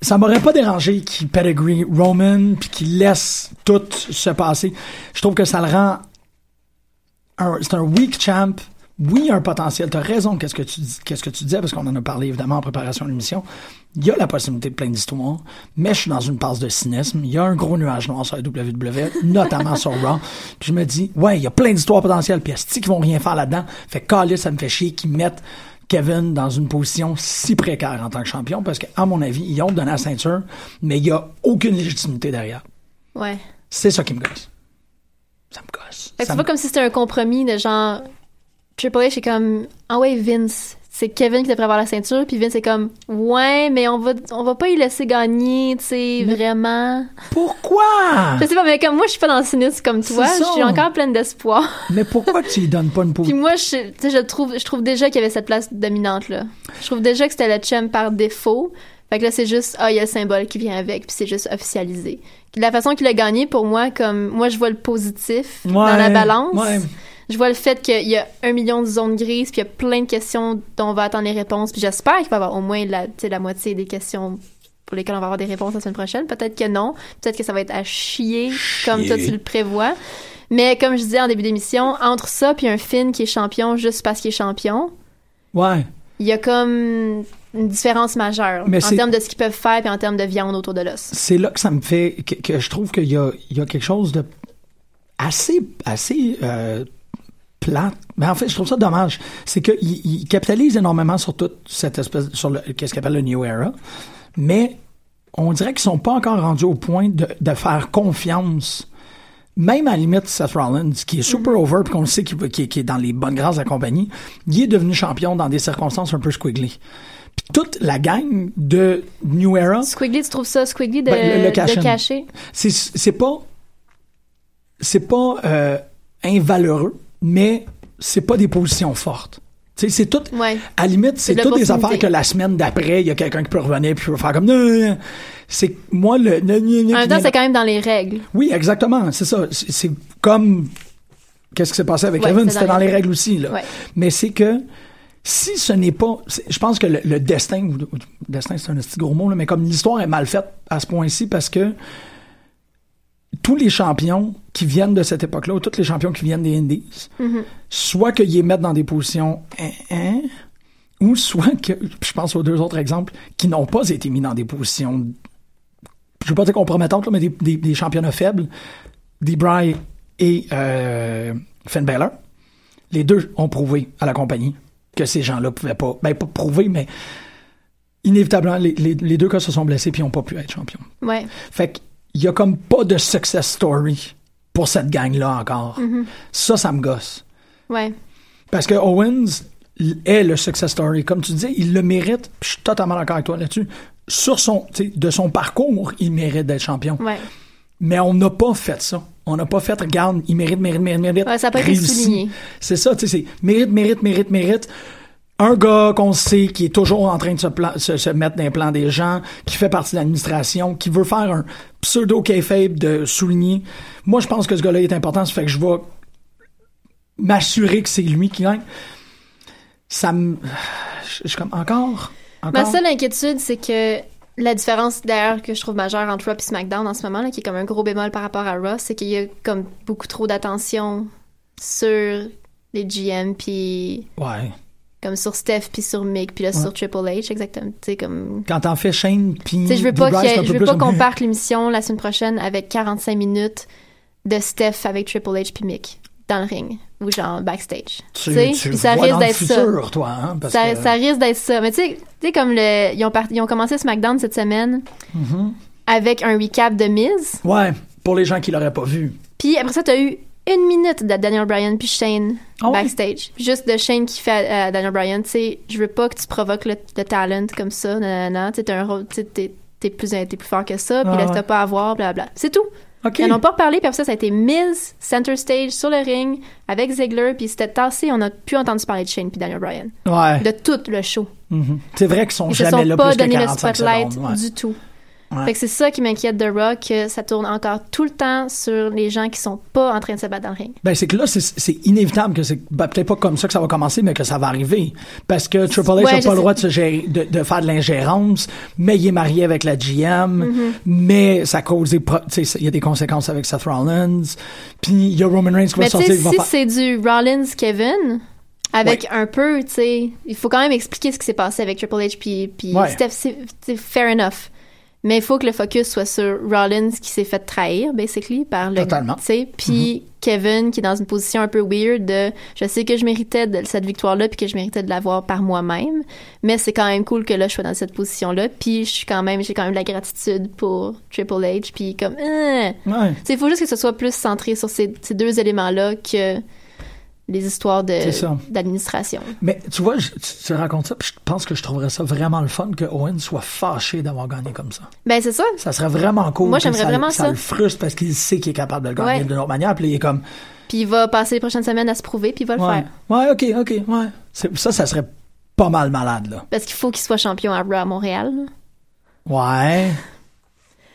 B: Ça m'aurait pas dérangé qu'il pedigree Roman puis qu'il laisse tout se passer. Je trouve que ça le rend un- c'est un weak champ. Oui, il y a un potentiel. T'as raison. Qu'est-ce que tu dis- qu'est-ce que tu disais parce qu'on en a parlé évidemment en préparation de l'émission. Il y a la possibilité de plein d'histoires, mais je suis dans une passe de cynisme. Il y a un gros nuage noir sur la WWE, notamment sur Raw. Puis je me dis, ouais, il y a plein d'histoires potentielles. Puis esti qu'ils vont rien faire là-dedans. Fait que ça me fait chier qu'ils mettent Kevin dans une position si précaire en tant que champion parce que, à mon avis, ils ont donné la ceinture, mais il y a aucune légitimité derrière.
C: Ouais.
B: C'est ça qui me gosse. Ça me gosse.
C: Fait
B: Ça
C: que c'est
B: me-
C: pas comme si c'était un compromis de genre Triple H est comme ah ouais Vince c'est Kevin qui devrait avoir la ceinture puis Vince est comme ouais mais on va on va pas y laisser gagner tu sais vraiment
B: Pourquoi?
C: je sais pas mais comme moi je suis pas dans le cynisme comme toi
B: C'est
C: je
B: ça.
C: suis encore pleine d'espoir
B: Mais pourquoi tu lui donnes pas une peau?
C: puis moi je tu sais je trouve je trouve déjà qu'il y avait cette place dominante là je trouve déjà que c'était le champ par défaut fait que là c'est juste ah il y a le symbole qui vient avec puis c'est juste officialisé la façon qu'il a gagné pour moi comme moi je vois le positif dans la
B: Ouais,
C: balance
B: ouais.
C: je vois le fait qu'il y a un million de zones grises, puis il y a plein de questions dont on va attendre les réponses. Puis j'espère qu'il va y avoir au moins la, tu sais, la moitié des questions pour lesquelles on va avoir des réponses la semaine prochaine. Peut-être que non. Peut-être que ça va être à chier, comme toi tu le prévois. Mais comme je disais en début d'émission, entre ça puis un Finn qui est champion juste parce qu'il est champion,
B: Ouais.
C: il y a comme une différence majeure
B: Mais
C: en
B: c'est-
C: termes de ce qu'ils peuvent faire puis en termes de viande autour de l'os.
B: C'est là que ça me fait. que, que je trouve qu'il y a, il y a quelque chose de assez. assez euh, plate. Mais en fait, je trouve ça dommage. C'est qu'il il capitalise énormément sur toute cette espèce. sur le, qu'est-ce qu'il appelle le New Era. Mais on dirait qu'ils sont pas encore rendus au point de, de faire confiance. Même à la limite, Seth Rollins, qui est super over, puis qu'on le sait qu'il va- qu'il est- qu'il est dans les bonnes grâces de la compagnie, il est devenu champion dans des circonstances un peu squiggly. Puis toute la gang de New Era,
C: Squiggly, tu trouves ça Squiggly de,
B: Ben, le- le cash-in.
C: de cacher?
B: c'est c'est pas c'est pas euh, invaleureux, mais c'est pas des positions fortes. Tu sais, c'est tout.
C: Ouais.
B: À la limite, c'est
C: C'est de
B: toutes des
C: l'opportunité.
B: affaires que la semaine d'après, il y a quelqu'un qui peut revenir puis peut faire comme non, non, non. C'est moi le. non, non, non,
C: En même temps,
B: qui
C: c'est
B: vient-
C: quand même dans les règles.
B: Oui, exactement. C'est ça. C'est c'est comme qu'est-ce qui s'est passé avec
C: Ouais,
B: Kevin.
C: c'est
B: C'était
C: dans
B: dans
C: les
B: les règles aussi. Là.
C: Ouais.
B: Mais c'est que si ce n'est pas. c'est- Je pense que le, le destin, ou, ou- destin c'est un petit gros mot, là, mais comme l'histoire est mal faite à ce point-ci parce que tous les champions qui viennent de cette époque-là, ou tous les champions qui viennent des Indies, soit qu'ils les mettent dans des positions hein, hein, ou soit que, je pense aux deux autres exemples, qui n'ont pas été mis dans des positions je veux pas dire compromettantes, là, mais des, des, des championnats faibles, Debray et euh, Finn Balor, les deux ont prouvé à la compagnie que ces gens-là pouvaient pas, ben pas prouver, mais inévitablement, les, les- les deux cas se sont blessés puis n'ont pas pu être champions.
C: Ouais.
B: Fait qu'il y a comme pas de success story pour cette gang-là encore. Ça, ça me gosse.
C: Ouais.
B: Parce que Owens est le success story. Comme tu dis, il le mérite. puis Je suis totalement d'accord avec toi là-dessus. Sur son, tu sais, de son parcours, il mérite d'être champion.
C: Ouais.
B: Mais on n'a pas fait ça. On n'a pas fait, regarde, il mérite, mérite, mérite, mérite.
C: Ouais, ça a pas été
B: réussi.
C: souligné.
B: C'est ça, tu sais, c'est mérite, mérite, mérite, mérite. Un gars qu'on sait qui est toujours en train de se, plan- se, se mettre dans les plans des gens, qui fait partie de l'administration, qui veut faire un pseudo kayfabe de souligner. Moi, je pense que ce gars-là est important, ça fait que je vais m'assurer que c'est lui qui gagne. Ça me... Je je suis comme, encore? Encore?
C: Ma seule inquiétude, c'est que la différence d'ailleurs que je trouve majeure entre Raw et SmackDown en ce moment, là, qui est comme un gros bémol par rapport à Raw, c'est qu'il y a comme beaucoup trop d'attention sur les GM puis
B: Ouais.
C: comme sur Steph puis sur Mick puis là sur Triple H exactement. Tu sais comme
B: Quand t'en fais Shane, puis...
C: tu sais je veux pas
B: Dubras,
C: qu'il y ait-
B: c'est Mm. un
C: je
B: peu
C: veux pas
B: plus
C: qu'on
B: comme-
C: parte l'émission la semaine prochaine avec 45 minutes de Steph avec Triple H puis Mick dans le ring ou genre backstage.
B: tu,
C: sais,
B: tu
C: puis ça
B: vois
C: risque
B: dans le
C: d'être ça.
B: futur, toi, hein, parce
C: Ça,
B: que
C: ça risque d'être ça. Mais tu sais, tu sais, comme le, ils, ont par- ils ont commencé SmackDown cette semaine
B: Mm-hmm.
C: avec un recap de Miz.
B: ouais, pour les gens qui l'auraient pas vu.
C: Puis après ça, t'as eu une minute de Daniel Bryan puis Shane
B: Ah ouais?
C: backstage. Juste de Shane qui fait à à Daniel Bryan, tu sais, je veux pas que tu provoques le, le talent comme ça, nanana. Tu sais, t'as un rôle, tu sais, t'es- t'es plus, t'es plus fort que ça, puis
B: Ah
C: laisse-toi
B: ouais.
C: pas avoir, blablabla. C'est tout.
B: OK.
C: Ils n'en ont pas reparlé, puis après ça, ça a été Miz, center stage, sur le ring, avec Ziggler, puis c'était tassé, on n'a plus entendu parler de Shane puis Daniel Bryan.
B: Ouais.
C: De tout le show.
B: Mhm. C'est vrai qu'ils sont
C: Ils se
B: jamais
C: sont
B: là
C: pas
B: plus que
C: donné le
B: 45
C: spotlight
B: secondes. ouais.
C: du tout.
B: Ouais.
C: Fait que c'est ça qui m'inquiète de Rock, que ça tourne encore tout le temps sur les gens qui sont pas en train de se battre dans le ring.
B: Ben, c'est que là, c'est- c'est inévitable que c'est ben, peut-être pas comme ça que ça va commencer, mais que ça va arriver. Parce que Triple H
C: Ouais,
B: n'a
C: je
B: pas le
C: sais.
B: droit de, se gérer- de, de faire de l'ingérence, mais il est marié avec la GM,
C: Mhm.
B: mais ça cause des... pro- tu sais, Il y a des conséquences avec Seth Rollins, puis il y a Roman Reigns qui va
C: Mais Ben, tu
B: sortir,
C: sais,
B: qui va
C: si
B: faire-
C: c'est du Rollins-Kevin, avec un peu, tu sais, il faut quand même expliquer ce qui s'est passé avec Triple H puis, puis
B: Ouais.
C: Steph, c'est c'est fair enough. Mais il faut que le focus soit sur Rollins qui s'est fait trahir, basically, par le...
B: Totalement. Mm-hmm.
C: Tu sais, puis Kevin qui est dans une position un peu weird de « je sais que je méritais de cette victoire-là puis que je méritais de l'avoir par moi-même, mais c'est quand même cool que là, je sois dans cette position-là puis je suis quand même, j'ai quand même de la gratitude pour Triple H puis comme... Hein.
B: Ouais.
C: Il faut juste que ce soit plus centré sur ces, ces deux éléments-là que les histoires
B: C'est ça.
C: de- d'administration.
B: Mais tu vois, je- tu, tu racontes ça, puis je pense que je trouverais ça vraiment le fun que Owen soit fâché d'avoir gagné comme ça.
C: Ben, c'est ça.
B: Ça serait vraiment cool.
C: Moi,
B: puis
C: j'aimerais vraiment
B: ça.
C: ça.
B: le frustre parce qu'il sait qu'il est capable de le gagner
C: Ouais.
B: d'une autre manière, puis il est comme.
C: Puis il va passer les prochaines semaines à se prouver, puis il va le
B: Ouais,
C: faire.
B: ouais, ok, ok, ouais. C'est- Ça, ça serait pas mal malade, là.
C: Parce qu'il faut qu'il soit champion à Raw à Montréal. là.
B: Ouais.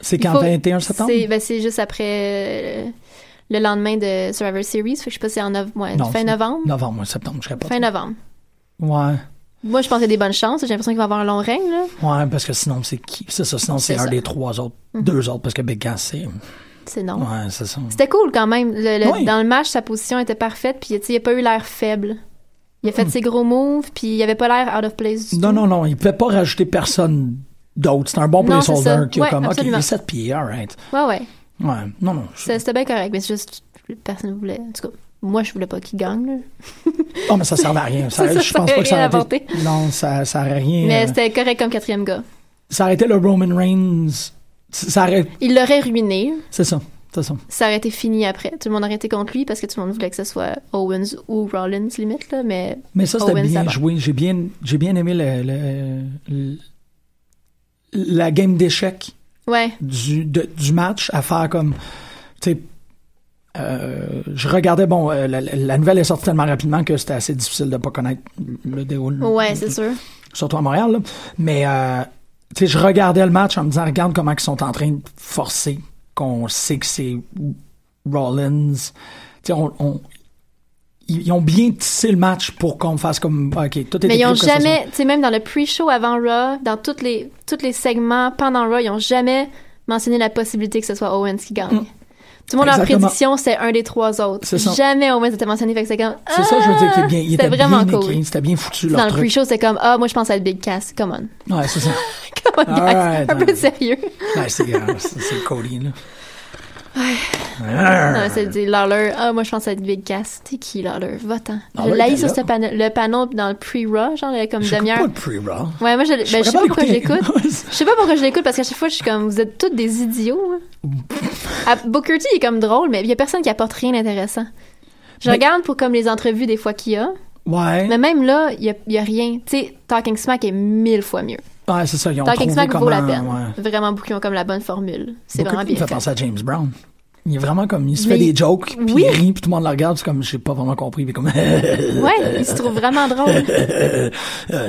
B: C'est
C: Il
B: quand
C: faut-
B: 21 septembre?
C: C'est ben, c'est juste après euh, le lendemain de Survivor Series. Fait que je sais pas si c'est en nov- ouais,
B: Non,
C: fin
B: c'est-
C: novembre.
B: Novembre, ouais, septembre, je serais pas.
C: Fin novembre.
B: Ouais.
C: Moi, je pense qu'il y a des bonnes chances. J'ai l'impression qu'il va avoir un long règne. là.
B: Ouais, parce que sinon, c'est qui? C'est ça, sinon, c'est
C: C'est
B: un
C: ça. Mhm.
B: des trois autres. Deux autres, parce que Big Cass, c'est.
C: C'est non.
B: Ouais, c'est ça.
C: C'était cool quand même. Le- le-
B: Oui.
C: Dans le match, sa position était parfaite. Puis tu sais, il a pas eu l'air faible. Il a fait ses gros moves, puis il avait pas l'air out of place du
B: Hmm. Non,
C: tout.
B: non, non, il pouvait pas rajouter personne d'autre. C'est un bon
C: Non, c'est
B: placeholder
C: ça.
B: qui a
C: Ouais,
B: comme,
C: absolument.
B: OK, il est 7 pieds, alright.
C: Ouais, ouais.
B: Ouais, non, non. je-
C: C'est- C'était bien correct, mais c'est juste personne ne voulait. En tout cas, moi, je voulais pas qu'il gagne. là.
B: Non, mais ça servait à rien. Ça,
C: C'est ça,
B: je pense
C: ça
B: pas que
C: a
B: ça
C: rien
B: aurait été. Non, ça, ça aurait rien.
C: Mais
B: euh,
C: c'était correct comme quatrième gars.
B: ça aurait été le Roman Reigns. Ça aurait.
C: Il l'aurait ruiné.
B: C'est ça. C'est ça.
C: Ça aurait été fini après. Tout le monde aurait été contre lui parce que tout le monde voulait que ce soit Owens ou Rollins, limite. Là, mais
B: Mais ça, c'était
C: Owens
B: bien
C: avant.
B: joué. J'ai bien, j'ai bien aimé le, le- le- la game d'échecs
C: Ouais,
B: du, de- du match à faire comme. Tu sais. euh, je regardais, bon, euh, la, la nouvelle est sortie tellement rapidement que c'était assez difficile de pas connaître le déroulement.
C: ouais, c'est sûr.
B: surtout à Montréal, là. mais euh, tu sais, je regardais le match en me disant regarde comment ils sont en train de forcer qu'on sait que c'est Rollins. Tu sais, on, on- ils ils ont bien tissé le match pour qu'on fasse comme ok tout est
C: Mais ils
B: écrit
C: ont
B: que ce soit-
C: jamais, tu sais, même dans le pre-show avant Raw, dans tous les, toutes les segments pendant Raw, ils ont jamais mentionné la possibilité que ce soit Owens qui gagne. Tout le monde, leur
B: Mm. Exactement.
C: prédiction, c'est un des trois autres.
B: C'est ça.
C: Jamais Owens était mentionné, fait que c'est comme.
B: C'est ça, je veux dire qu'il est bien, il
C: Ah! C'était
B: était
C: vraiment
B: bien
C: cool.
B: écrit, c'était bien foutu
C: Dans
B: leur
C: le
B: truc.
C: pre-show, c'est comme, ah, moi, je pense à être Big Cass, come on.
B: Ouais, c'est ça.
C: podcast.
B: Alright,
C: un peu de
B: alright.
C: sérieux.
B: Ouais, c'est grave, c'est- c'est Cody, là.
C: Non,
B: Arr.
C: mais c'est dit Lawler. Ah, moi, je pense à être Big Cass. T'es qui, Lawler? Va-t'en.
B: Ah
C: je
B: ouais,
C: l'ai
B: t'es
C: sur
B: là.
C: ce panneau, le panneau dans le pre-raw, genre, il y a comme
B: J'écoute
C: demi-heure.
B: pas de pre-raw.
C: Ouais, moi, je, ben, je sais pas
B: capable
C: pourquoi je
B: d'écouter.
C: l'écoute. Je sais pas pourquoi je l'écoute parce qu'à chaque fois, je suis comme, vous êtes tous des idiots. hein. Ah, Booker T il est comme drôle, mais il y a personne qui apporte rien d'intéressant. Je
B: Mais-
C: regarde pour comme les entrevues des fois qu'il y a,
B: ouais.
C: mais même là, il y a, il y a rien. Tu sais, Talking Smack est mille fois mieux.
B: Ouais, c'est ça. Ils ont
C: Talking
B: trouvé
C: Smack
B: comment.
C: vaut la peine.
B: ouais.
C: Vraiment, beaucoup, ils ont comme la bonne formule. C'est
B: Booker
C: vraiment
B: T me
C: bien
B: fait
C: fait.
B: penser à James Brown. Il est vraiment comme, il se
C: Mais
B: fait
C: il-
B: des jokes, puis
C: Oui.
B: il rit, puis tout le monde le regarde, c'est comme, j'ai pas vraiment compris, puis comme, euh,
C: Ouais, il se trouve vraiment drôle.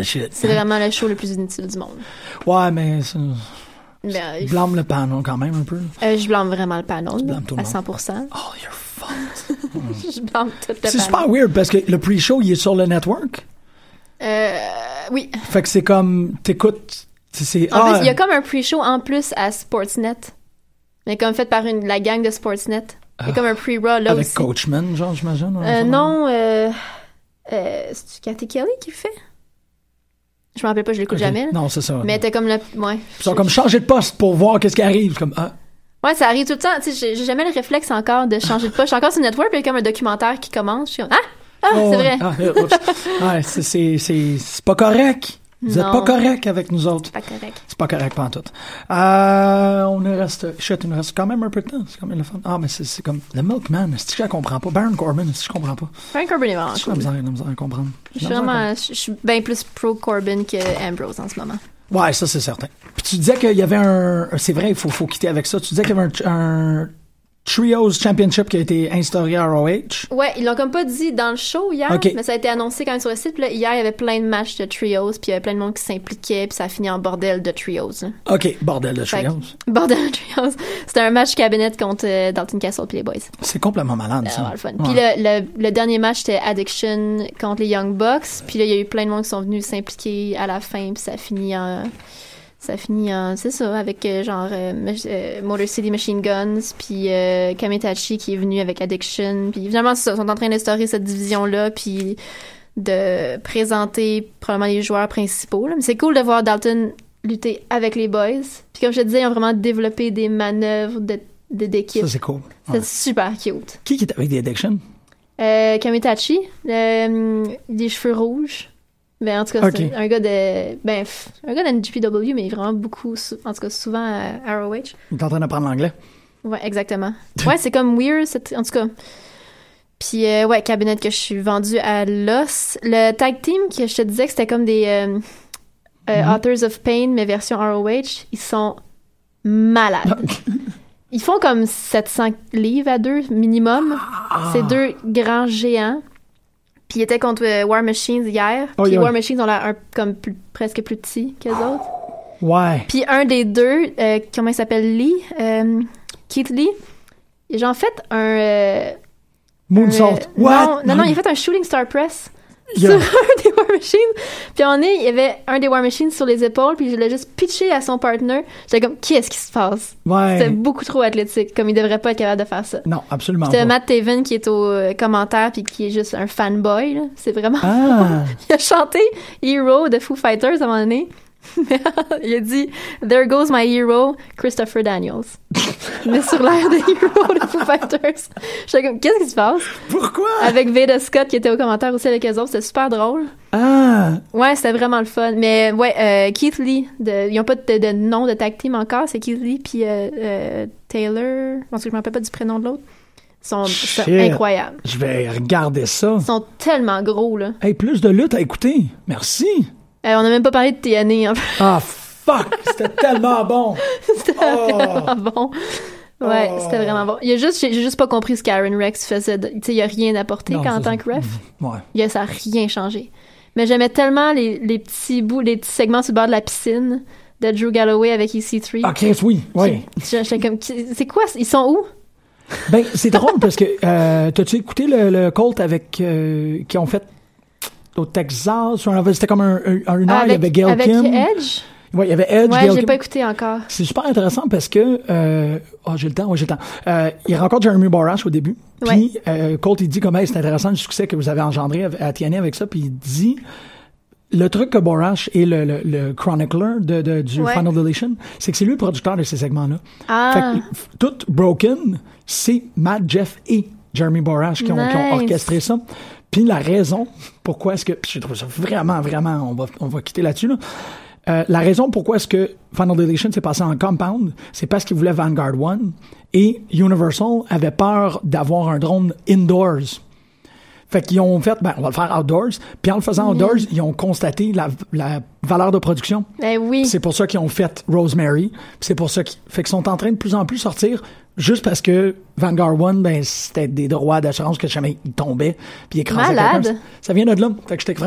B: shit.
C: C'est vraiment le show le plus inutile du monde.
B: Ouais, mais ça-
C: Mais euh,
B: blâme le panneau quand même un peu.
C: euh, je blâme vraiment le panel
B: blâmes tout le
C: à
B: monde.
C: 100%.
B: Oh, you're fucked.
C: je blâme tout le
B: C'est
C: panel.
B: super weird parce que le pre-show, il est sur le network.
C: Euh, oui.
B: Fait que c'est comme, t'écoutes, c'est- c'est,
C: En
B: ah,
C: plus, il y a comme un pre-show en plus à Sportsnet. Mais comme fait par une, la gang de Sportsnet. Il y a comme un pre-raw là
B: avec
C: aussi.
B: Coachman, genre, j'imagine. ouais,
C: Euh,
B: ça,
C: non, euh, euh, c'est-tu Cathy Kelly qui le fait? Je me rappelle pas, je l'écoute
B: Ok.
C: jamais. là.
B: Non, c'est ça.
C: Mais t'es comme le... Ouais.
B: Ils sont comme changer de poste pour voir qu'est-ce qui arrive. Comme, ah,
C: Ouais, ça arrive tout le temps. Tu sais, j'ai- j'ai jamais le réflexe encore de changer de poche. Je suis encore sur Network, puis il y a comme un documentaire qui commence. Je suis comme, ah! Ah,
B: oh,
C: c'est vrai!
B: ah, euh, oups. Ouais, c'est- c'est- c'est c'est pas correct. Vous êtes
C: Non.
B: pas correct avec nous autres.
C: Pas correct.
B: C'est pas correct pas tout. Euh, on nous reste, shit, il nous reste quand même un peu de temps. C'est quand même le fun. Ah, mais c'est- c'est comme le Milkman. Si je la comprends pas, Baron Corbin. Si je comprends pas,
C: Frank Corbin est vraiment
B: je suis
C: Ah, cool.
B: la misère, la misère à comprendre.
C: Je suis
B: La misère à
C: vraiment... Je je suis bien plus pro-Corbin que Ambrose en ce moment.
B: comprendre. Ouais, ça c'est certain. Puis tu disais qu'il y avait un, c'est vrai, il faut, faut quitter avec ça. Tu disais qu'il y avait un, un trios championship qui a été instauré à ROH.
C: Ouais, ils l'ont comme pas dit dans le show hier,
B: Ok.
C: mais ça a été annoncé quand même sur le site. Puis là, hier, il y avait plein de matchs de trios, puis il y avait plein de monde qui s'impliquait, puis ça a fini en bordel de trios. hein.
B: Ok, bordel de
C: Fait que-
B: trios.
C: Bordel de trios. C'était un match cabinet contre euh, Dalton Castle puis les boys.
B: C'est complètement malade
C: C'était
B: ça.
C: vraiment Ah, le fun.
B: Ouais.
C: Puis le, le, le dernier match, c'était Addiction contre les Young Bucks. Puis là, il y a eu plein de monde qui sont venus s'impliquer à la fin, puis ça a fini en... Ça a fini en... C'est ça, avec euh, genre euh, mach- euh, Motor City Machine Guns, puis euh, Kamitachi qui est venu avec Addiction. Puis finalement, c'est ça, ils sont en train d'instaurer cette division-là, puis de présenter probablement les joueurs principaux. là. Mais c'est cool de voir Dalton lutter avec les boys. Puis comme je te disais, ils ont vraiment développé des manœuvres de- de- d'équipe.
B: Ça c'est cool. Ouais.
C: C'était super cute.
B: Qui qui est avec des addictions?
C: Euh, Kamitachi, euh, des cheveux rouges. Ben, en tout cas,
B: Ok.
C: c'est un gars de. Ben, pff, un gars de NGPW, mais vraiment beaucoup, sou- en tout cas, souvent à ROH.
B: Il est en train d'apprendre l'anglais.
C: Ouais, exactement. Ouais, c'est comme weird, cette- en tout cas. Puis, euh, ouais, cabinet que je suis vendue à l'os. Le tag team, que je te disais que c'était comme des euh, euh,
B: Mm-hmm.
C: Authors of Pain, mais version ROH, ils sont malades. ils font comme 700 livres à deux, minimum.
B: Ah!
C: C'est deux grands géants. Puis ils étaient contre euh, War Machines hier.
B: Oh,
C: Puis
B: yeah.
C: War Machines ont l'air un- comme plus- presque plus petits que les autres.
B: Ouais.
C: Puis un des deux, euh, comment il s'appelle, Lee, euh, Keith Lee, j'ai en fait un... euh,
B: Moonsault.
C: euh,
B: What?
C: Non, non, non, il a fait un Shooting Star Press
B: Il y a-
C: sur un des War Machines. Puis on est, il y avait un des War Machines sur les épaules, puis je l'ai juste pitché à son partner. J'étais comme, qu'est-ce qui se passe? C'était
B: Ouais.
C: beaucoup trop athlétique, comme il devrait pas être capable de faire ça.
B: Non, absolument
C: C'était
B: pas.
C: Matt Taven qui est au euh, commentaire puis qui est juste un fanboy. là. C'est vraiment.
B: Ah!
C: Il a chanté Hero de Foo Fighters à un moment donné. Mais il a dit There goes my hero, Christopher Daniels. Mais sur l'air de Hero de Foo Fighters. J'étais comme, qu'est-ce qui se passe?
B: Pourquoi?
C: Avec Veda Scott qui était au commentaire aussi avec eux autres, c'était super drôle.
B: Ah!
C: Ouais, c'était vraiment le fun. Mais ouais, euh, Keith Lee, de- ils ont pas de, de nom de tag team encore, c'est Keith Lee puis euh, euh, Taylor, parce que je me rappelle pas du prénom de l'autre. Ils sont, sont
B: Shit.
C: incroyables.
B: Je vais regarder ça.
C: Ils sont tellement gros là.
B: Hey, plus de lutte à écouter. Merci.
C: Euh, on a même pas parlé de TNA en fait.
B: Ah, fuck! C'était tellement bon.
C: C'était vraiment bon. Ouais,
B: Oh.
C: c'était vraiment bon. Il y a juste, j'ai j'ai juste pas compris ce qu'Aaron Rex faisait. de- Tu sais, il y a rien apporté
B: Non,
C: qu'en
B: c'est
C: tant
B: ça. Mm-hmm.
C: que ref.
B: Ouais.
C: Il y a, ça a rien changé. Mais j'aimais tellement les, les petits bouts, les petits segments sur le bord de la piscine de Drew Galloway avec EC3.
B: Ah, Chris, oui. Oui.
C: J'ai- J'étais comme, qui- c'est quoi? Ils sont où?
B: Ben, c'est drôle parce que euh, t'as-tu écouté le, le Colt avec euh, qui ont fait au Texas? ou un- C'était comme un, un- une heure, il y avait Gail
C: avec
B: Kim.
C: Edge?
B: Ouais, il y avait Edge,
C: Ouais,
B: Gail
C: j'ai
B: Kim.
C: pas écouté encore.
B: C'est super intéressant parce que euh, oh, j'ai le temps, oui j'ai le temps. Euh, il rencontre Jeremy Borash au début. Puis euh, Colt il dit comment c'est intéressant le succès que vous avez engendré à, à TNA avec ça. Puis il dit le truc que Borash est le, le, le chronicler de, de- du
C: Ouais.
B: Final Deletion, c'est que c'est lui le producteur de ces segments-là.
C: Ah.
B: Fait que f- tout Broken, c'est Matt, Jeff et Jeremy Borash qui ont, qui ont
C: Nice.
B: orchestré ça. Puis la raison pourquoi est-ce que... Puis je trouve ça vraiment, vraiment... On va, on va quitter là-dessus, là. Euh, la raison pourquoi est-ce que Final Deletion s'est passé en Compound, c'est parce qu'ils voulaient Vanguard 1 et Universal avait peur d'avoir un drone indoors. Fait qu'ils ont fait, ben, on va le faire outdoors. Puis en le
C: Mm.
B: faisant outdoors, ils ont constaté la, la valeur de production.
C: Ben oui.
B: C'est pour ça qu'ils ont fait Rosemary. Puis C'est pour ça qu'ils fait qu'ils sont en train de plus en plus sortir juste parce que Vanguard One, ben, c'était des droits d'assurance que jamais ils tombaient. Puis ils écrasaient
C: Malade.
B: quelqu'un. Ça vient de là. Fait que j'étais vraiment